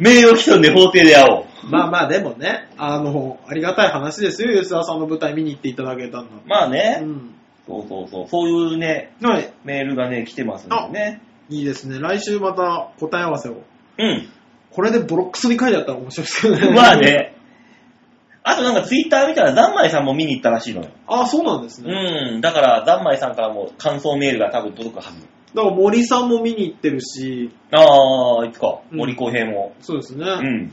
Speaker 2: 名誉毀損で法廷で会おう。
Speaker 3: まあまあでもね、あの、ありがたい話ですよ、吉田さんの舞台見に行っていただけたんだ。
Speaker 2: まあ
Speaker 3: う
Speaker 2: ね、
Speaker 3: ん。
Speaker 2: そうそうそう、そういうね、
Speaker 3: はい、
Speaker 2: メールがね、来てますんでね。
Speaker 3: いいですね。来週また答え合わせを。
Speaker 2: うん。
Speaker 3: これでボロックスに書いてあったら面白いですけどね。
Speaker 2: まあ。ね。あとなんかツイッター見たら、ざんまいさんも見に行ったらしいのよ。
Speaker 3: *laughs* あ、そうなんですね。
Speaker 2: うん。だから、ざんまいさんからも感想メールが多分届くはず。
Speaker 3: だから森さんも見に行ってるし、
Speaker 2: ああ、いつか、
Speaker 3: うん
Speaker 2: 森公平も。
Speaker 3: そうですね。
Speaker 2: うん。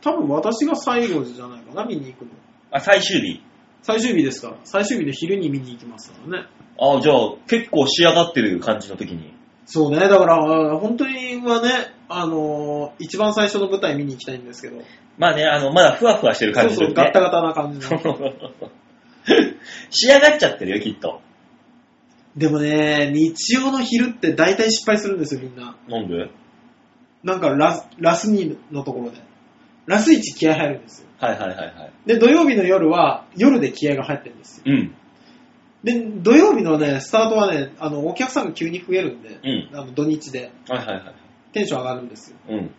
Speaker 3: 多分私が最後じゃないかな、見に行くの。
Speaker 2: あ、最終日。
Speaker 3: 最終日ですから。最終日の昼に見に行きますからね。
Speaker 2: あじゃあ、結構仕上がってる感じの時に。
Speaker 3: そうね、だから、あ本当にはね、あのー一番最初の舞台見に行きたいんですけど、
Speaker 2: まあね、あの、まだふわふわしてる
Speaker 3: そ
Speaker 2: 感
Speaker 3: う
Speaker 2: じ
Speaker 3: そ
Speaker 2: の
Speaker 3: う、
Speaker 2: 時
Speaker 3: ガッ
Speaker 2: ね。
Speaker 3: タガタな感じの。
Speaker 2: *laughs* 仕上がっちゃってるよ、きっと。
Speaker 3: でもね、日曜の昼って大体失敗するんですよ、みんな。
Speaker 2: なんで
Speaker 3: なんかラス、ラス2のところで。ラス1気合入るんですよ。
Speaker 2: はいはいはいはい。
Speaker 3: で、土曜日の夜は、夜で気合が入ってるんですよ。
Speaker 2: うん。
Speaker 3: で、土曜日のね、スタートはね、あの、お客さんが急に増えるんで、
Speaker 2: うん。
Speaker 3: あの土日で、
Speaker 2: はいはいはい。
Speaker 3: テンション上がるんですよ。
Speaker 2: うん。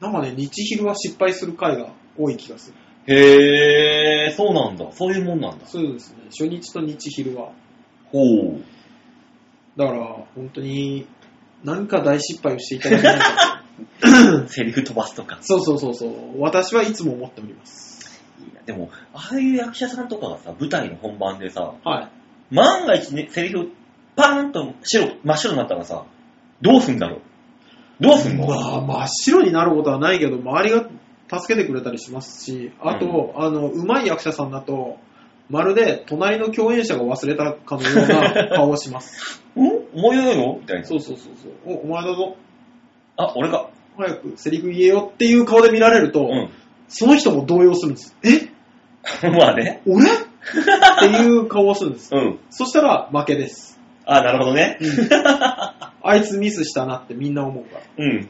Speaker 3: なんかね、日昼は失敗する回が多い気がする。
Speaker 2: へー、そうなんだ。そういうもんなんだ。
Speaker 3: そうですね、初日と日昼は。
Speaker 2: ほう。
Speaker 3: だから、本当に、何か大失敗をしていただけないかと。
Speaker 2: セリフ飛ばすとか。
Speaker 3: *laughs* そうそうそうそう。私はいつも思っております。
Speaker 2: いいなでも、ああいう役者さんとかがさ、舞台の本番でさ、
Speaker 3: はい。
Speaker 2: 万が一ね、セリフ、パーンと白、真っ白になったらさ、どうすんだろうどうすんの
Speaker 3: まあ、真っ白になることはないけど、周りが助けてくれたりしますし、あと、あの、うまい役者さんだと、まるで隣の共演者が忘れたかのような顔をします。
Speaker 2: ん思い出ないのみたいな。
Speaker 3: *laughs* そうそうそうそう。お、お前だぞ。
Speaker 2: あ、俺か。
Speaker 3: 早くセリフ言えよっていう顔で見られると、
Speaker 2: うん。
Speaker 3: その人も動揺するんです。え
Speaker 2: *laughs* まあね。
Speaker 3: 俺っていう顔をするんです。
Speaker 2: うん。
Speaker 3: そしたら負けです。
Speaker 2: あ、なるほどね。
Speaker 3: あいつミスしたなってみんな思うから。
Speaker 2: うん。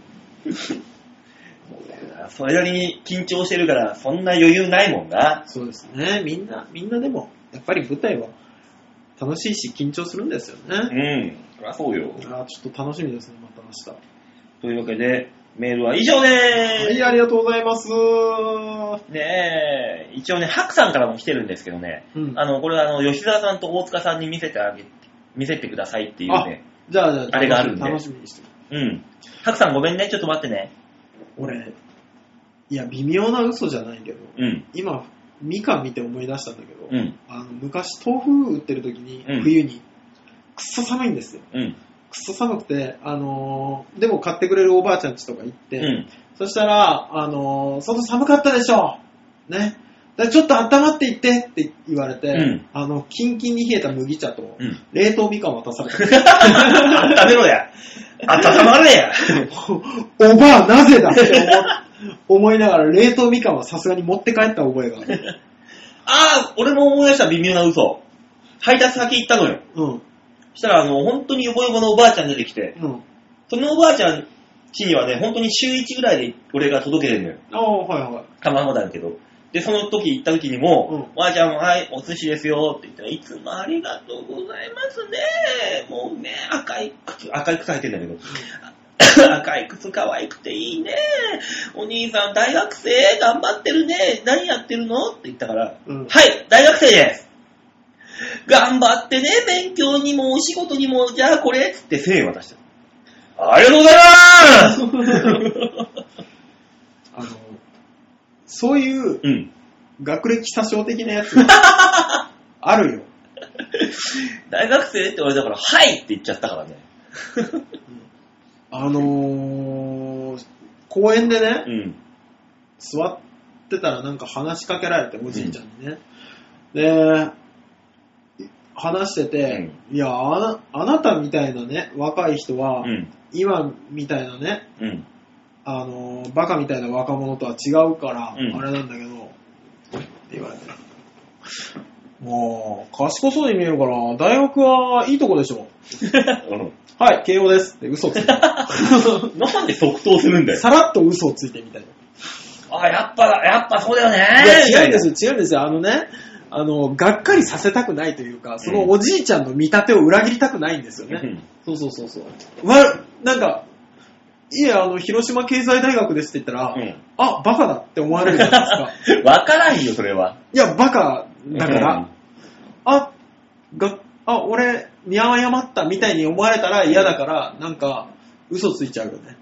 Speaker 2: それなりに緊張してるから、そんな余裕ないもんな。
Speaker 3: そうですね。みんな、みんなでも、やっぱり舞台は楽しいし緊張するんですよ
Speaker 2: う
Speaker 3: ね。
Speaker 2: ん。そりゃそうよ。
Speaker 3: あーちょっと楽しみですね、また明日。
Speaker 2: というわけで、メールは以上で
Speaker 3: は
Speaker 2: ー
Speaker 3: い、ありがとうございます。
Speaker 2: す。ねえ、一応ね、ハクさんからも来てるんですけどね、
Speaker 3: うん
Speaker 2: あの、これはあの、吉沢さんと大塚さんに見せてあげ、見せてくださいっていうね。
Speaker 3: じゃあ、じゃあ、
Speaker 2: あれがあるんで
Speaker 3: 楽しみにしてる。
Speaker 2: うん。ハクさんごめんね、ちょっと待ってね。
Speaker 3: 俺、いや、微妙な嘘じゃないけど、
Speaker 2: うん。
Speaker 3: 今、みかん見て思い出したんだけど、
Speaker 2: うん。
Speaker 3: あの昔、豆腐売ってる時に、
Speaker 2: うん
Speaker 3: 冬に、くっそ寒いんですよ。
Speaker 2: うん。
Speaker 3: くっそ寒くて、あのーでも買ってくれるおばあちゃんちとか行って、
Speaker 2: うん。
Speaker 3: そしたら、あのー外寒かったでしょね。だからちょっと温まっていってって言われて、
Speaker 2: うん
Speaker 3: あの、キンキンに冷えた麦茶と、
Speaker 2: うん。
Speaker 3: 冷凍みかん渡された。
Speaker 2: 温めろや。温まれや。
Speaker 3: *laughs* おばあなぜだって思思いながら冷凍みかんはさすがに持って帰った覚えがある。
Speaker 2: *laughs* *laughs* ああ、俺も思い出した微妙な嘘。配達先行ったのよ。
Speaker 3: うん、
Speaker 2: そしたら、あの、本当にヨボヨボのおばあちゃん出てきて、
Speaker 3: うん、
Speaker 2: そのおばあちゃん日にはね、本当に週1ぐらいで俺が届けてるのよ。
Speaker 3: ああ、はいはい。
Speaker 2: たまたまだけど。で、その時行った時にも、
Speaker 3: う
Speaker 2: わあちゃんはい、お寿司ですよって言ったら、いつもありがとうございますね。もうね、赤い靴、赤い靴履いてんだけど、 *laughs* 赤い靴可愛くていいね。お兄さん大学生頑張ってるね。何やってるのって言ったから、
Speaker 3: うん。
Speaker 2: はい、大学生です。頑張ってね、勉強にもお仕事にも、じゃあこれっつって1000円渡した。ありがとうございます *laughs*
Speaker 3: あの、そういう
Speaker 2: うん。
Speaker 3: 学歴詐称的なや
Speaker 2: *laughs*
Speaker 3: つ、あるよ。
Speaker 2: 大学生って言われたから、はいって言っちゃったからね。
Speaker 3: あのー、公園でね、
Speaker 2: うん。
Speaker 3: 座ってたらなんか話しかけられて、おじいちゃんにね。で、話してて、いやあな、あなたみたいなね、若い人は、
Speaker 2: うん。
Speaker 3: 今みたいなね、
Speaker 2: うん。
Speaker 3: あのー、バカみたいな若者とは違うから、
Speaker 2: うん
Speaker 3: あれなんだけど、って言われて。もう、賢そうに見えるから、大学はいいとこでしょ。
Speaker 2: *laughs*
Speaker 3: はい、慶応ですって嘘ついて。
Speaker 2: なんで即答する *laughs* んだよ。
Speaker 3: さらっと嘘をついてみたいな。
Speaker 2: あ、やっぱ、やっぱそうだよね
Speaker 3: いや、違うんですよ、違うんですよ。あのね、あの、がっかりさせたくないというか、そのおじいちゃんの見立てを裏切りたくないんですよ
Speaker 2: みたいな
Speaker 3: ね。そうそうそうそう。わ、なんか、いや、あの、広島経済大学ですって言ったら、
Speaker 2: うん
Speaker 3: あ、バカだって思われるじゃないですか。
Speaker 2: うん。わからんよ、それは。 *laughs*
Speaker 3: いや、バカだから、
Speaker 2: うん
Speaker 3: あ、が、あ、俺、見誤ったみたいに思われたら嫌だから、なんか、嘘ついちゃうよ
Speaker 2: *laughs*
Speaker 3: ね。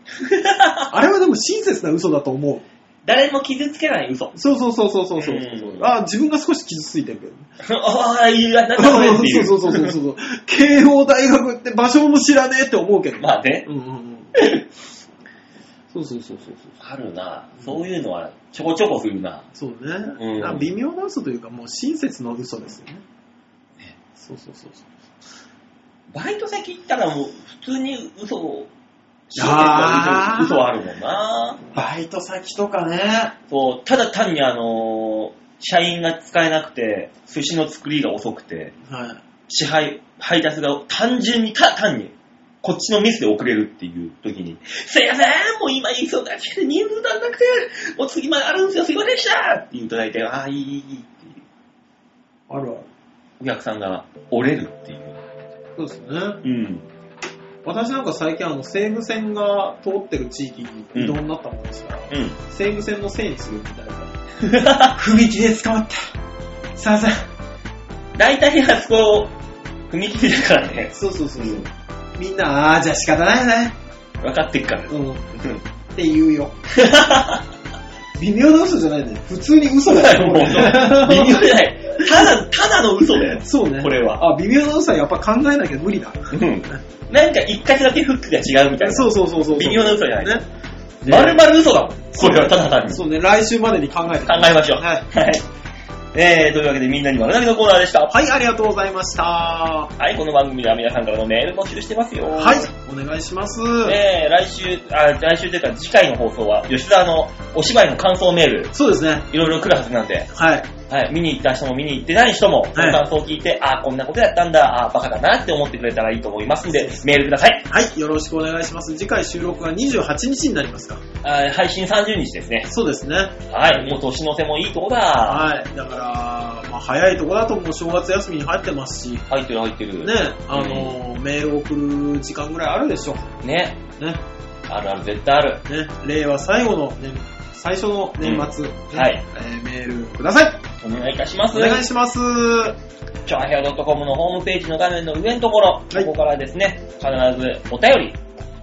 Speaker 3: あれはでも親切な嘘だと思う。
Speaker 2: 誰も傷つけない嘘。
Speaker 3: そうそうそうそうそうそう。
Speaker 2: うん
Speaker 3: あ、自分が少し傷ついてるけどね。
Speaker 2: *laughs* ああ、いいや、なんだこれってい *laughs*
Speaker 3: そうそうそうそうそう。慶応大学って場所も知らねえって思うけど。
Speaker 2: まあね
Speaker 3: う。んうんうん。そうそうそうそう
Speaker 2: あるな。そういうのは、ちょこちょこするな。
Speaker 3: そう。そうね。
Speaker 2: うん
Speaker 3: あ微妙な嘘というか、もう親切の嘘ですよね。そうそうそうそう。
Speaker 2: バイト先行ったらもう、普通に嘘を、
Speaker 3: あー
Speaker 2: 嘘はあるもんな。
Speaker 3: バイト先とかね。
Speaker 2: そう、ただ単にあのー社員が使えなくて、寿司の作りが遅くて、
Speaker 3: はい。
Speaker 2: 支配、配達が単純に、ただ単に、こっちのミスで遅れるっていう時に、すいません、もう今忙しくて人数足んなくて、もう次まであるんですよ、すいませんでしたって言うと大体、ああ、いい、いい、いいっていう。
Speaker 3: あるある。
Speaker 2: お客さんが折れるっていう。
Speaker 3: そうですね。
Speaker 2: うん。
Speaker 3: 私なんか最近あの、西武線が通ってる地域に移動になったもんですから、
Speaker 2: うん。
Speaker 3: 西武線のせいにするみたい
Speaker 2: *laughs*
Speaker 3: な。踏切で捕まった。さあさあ。
Speaker 2: 大体あそこ、踏切だからね、
Speaker 3: そうそうそうそう。みんな、ああ、じゃあ仕方ないね。
Speaker 2: 分かってっから。
Speaker 3: うん。って言
Speaker 2: *laughs*
Speaker 3: うよ。微妙な嘘じゃないね。普通に嘘だよ。
Speaker 2: もう微妙じゃない。ただ、ただの嘘だよ。
Speaker 3: そうね。
Speaker 2: これは。
Speaker 3: あ、微妙な嘘はやっぱ考えなきゃ無理だ。
Speaker 2: うんなんか一箇所だけフックが違うみたいな。
Speaker 3: そうそうそうそう。
Speaker 2: 微妙な嘘じゃない。
Speaker 3: ね。
Speaker 2: まるまる嘘だもん。これはただ単に。考
Speaker 3: そうね、来週までに考えて
Speaker 2: えましょう。
Speaker 3: はい
Speaker 2: はい。えー、というわけでみんなに丸投げのコーナーでした。
Speaker 3: はい、ありがとうございました。は
Speaker 2: はい、この番組では皆さんからのメール募集してますよ。
Speaker 3: い。、お願いします。
Speaker 2: えー、来週、あ、来週というか次回の放送は吉沢のお芝居の感想メール、
Speaker 3: そうですね。
Speaker 2: いろいろ来るはずなんで、
Speaker 3: はい。
Speaker 2: はい、見に行った人も見に行ってない人も、この感想を聞いて、あー、こんなことやったんだ、あー、バカだなって思ってくれたらいいと思いますんで、メールください。
Speaker 3: はい、よろしくお願いします。次回収録が28日になりますか。
Speaker 2: あー配信30日ですね。
Speaker 3: そうですね。
Speaker 2: はい、もう年の瀬もいいとこだ。
Speaker 3: はい。だから、まあ、早いとこだともう正月休みに入ってますし、
Speaker 2: 入ってる入ってる。
Speaker 3: ね、あのーメール送る時間ぐらいあるでしょ。
Speaker 2: ね。
Speaker 3: ね、
Speaker 2: あるある、絶対ある。
Speaker 3: ね、令和最後の年、最初の年末、
Speaker 2: んはい
Speaker 3: えーメールください
Speaker 2: お願いいたします。
Speaker 3: お願いしますは
Speaker 2: チョアヘア .com のホームページの画面の上のところ、
Speaker 3: はい
Speaker 2: ここからですね、必ずお便り、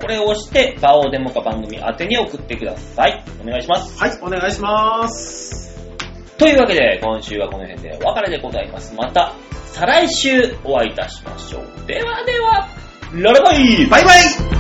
Speaker 2: これを押して、場をデモか番組宛てに送ってください。お願いします。
Speaker 3: い、お願いします
Speaker 2: というわけで、今週はこの辺でお別れでございます。また、再来週お会いいたしましょう。ではでは、ララバイ
Speaker 3: バイバイ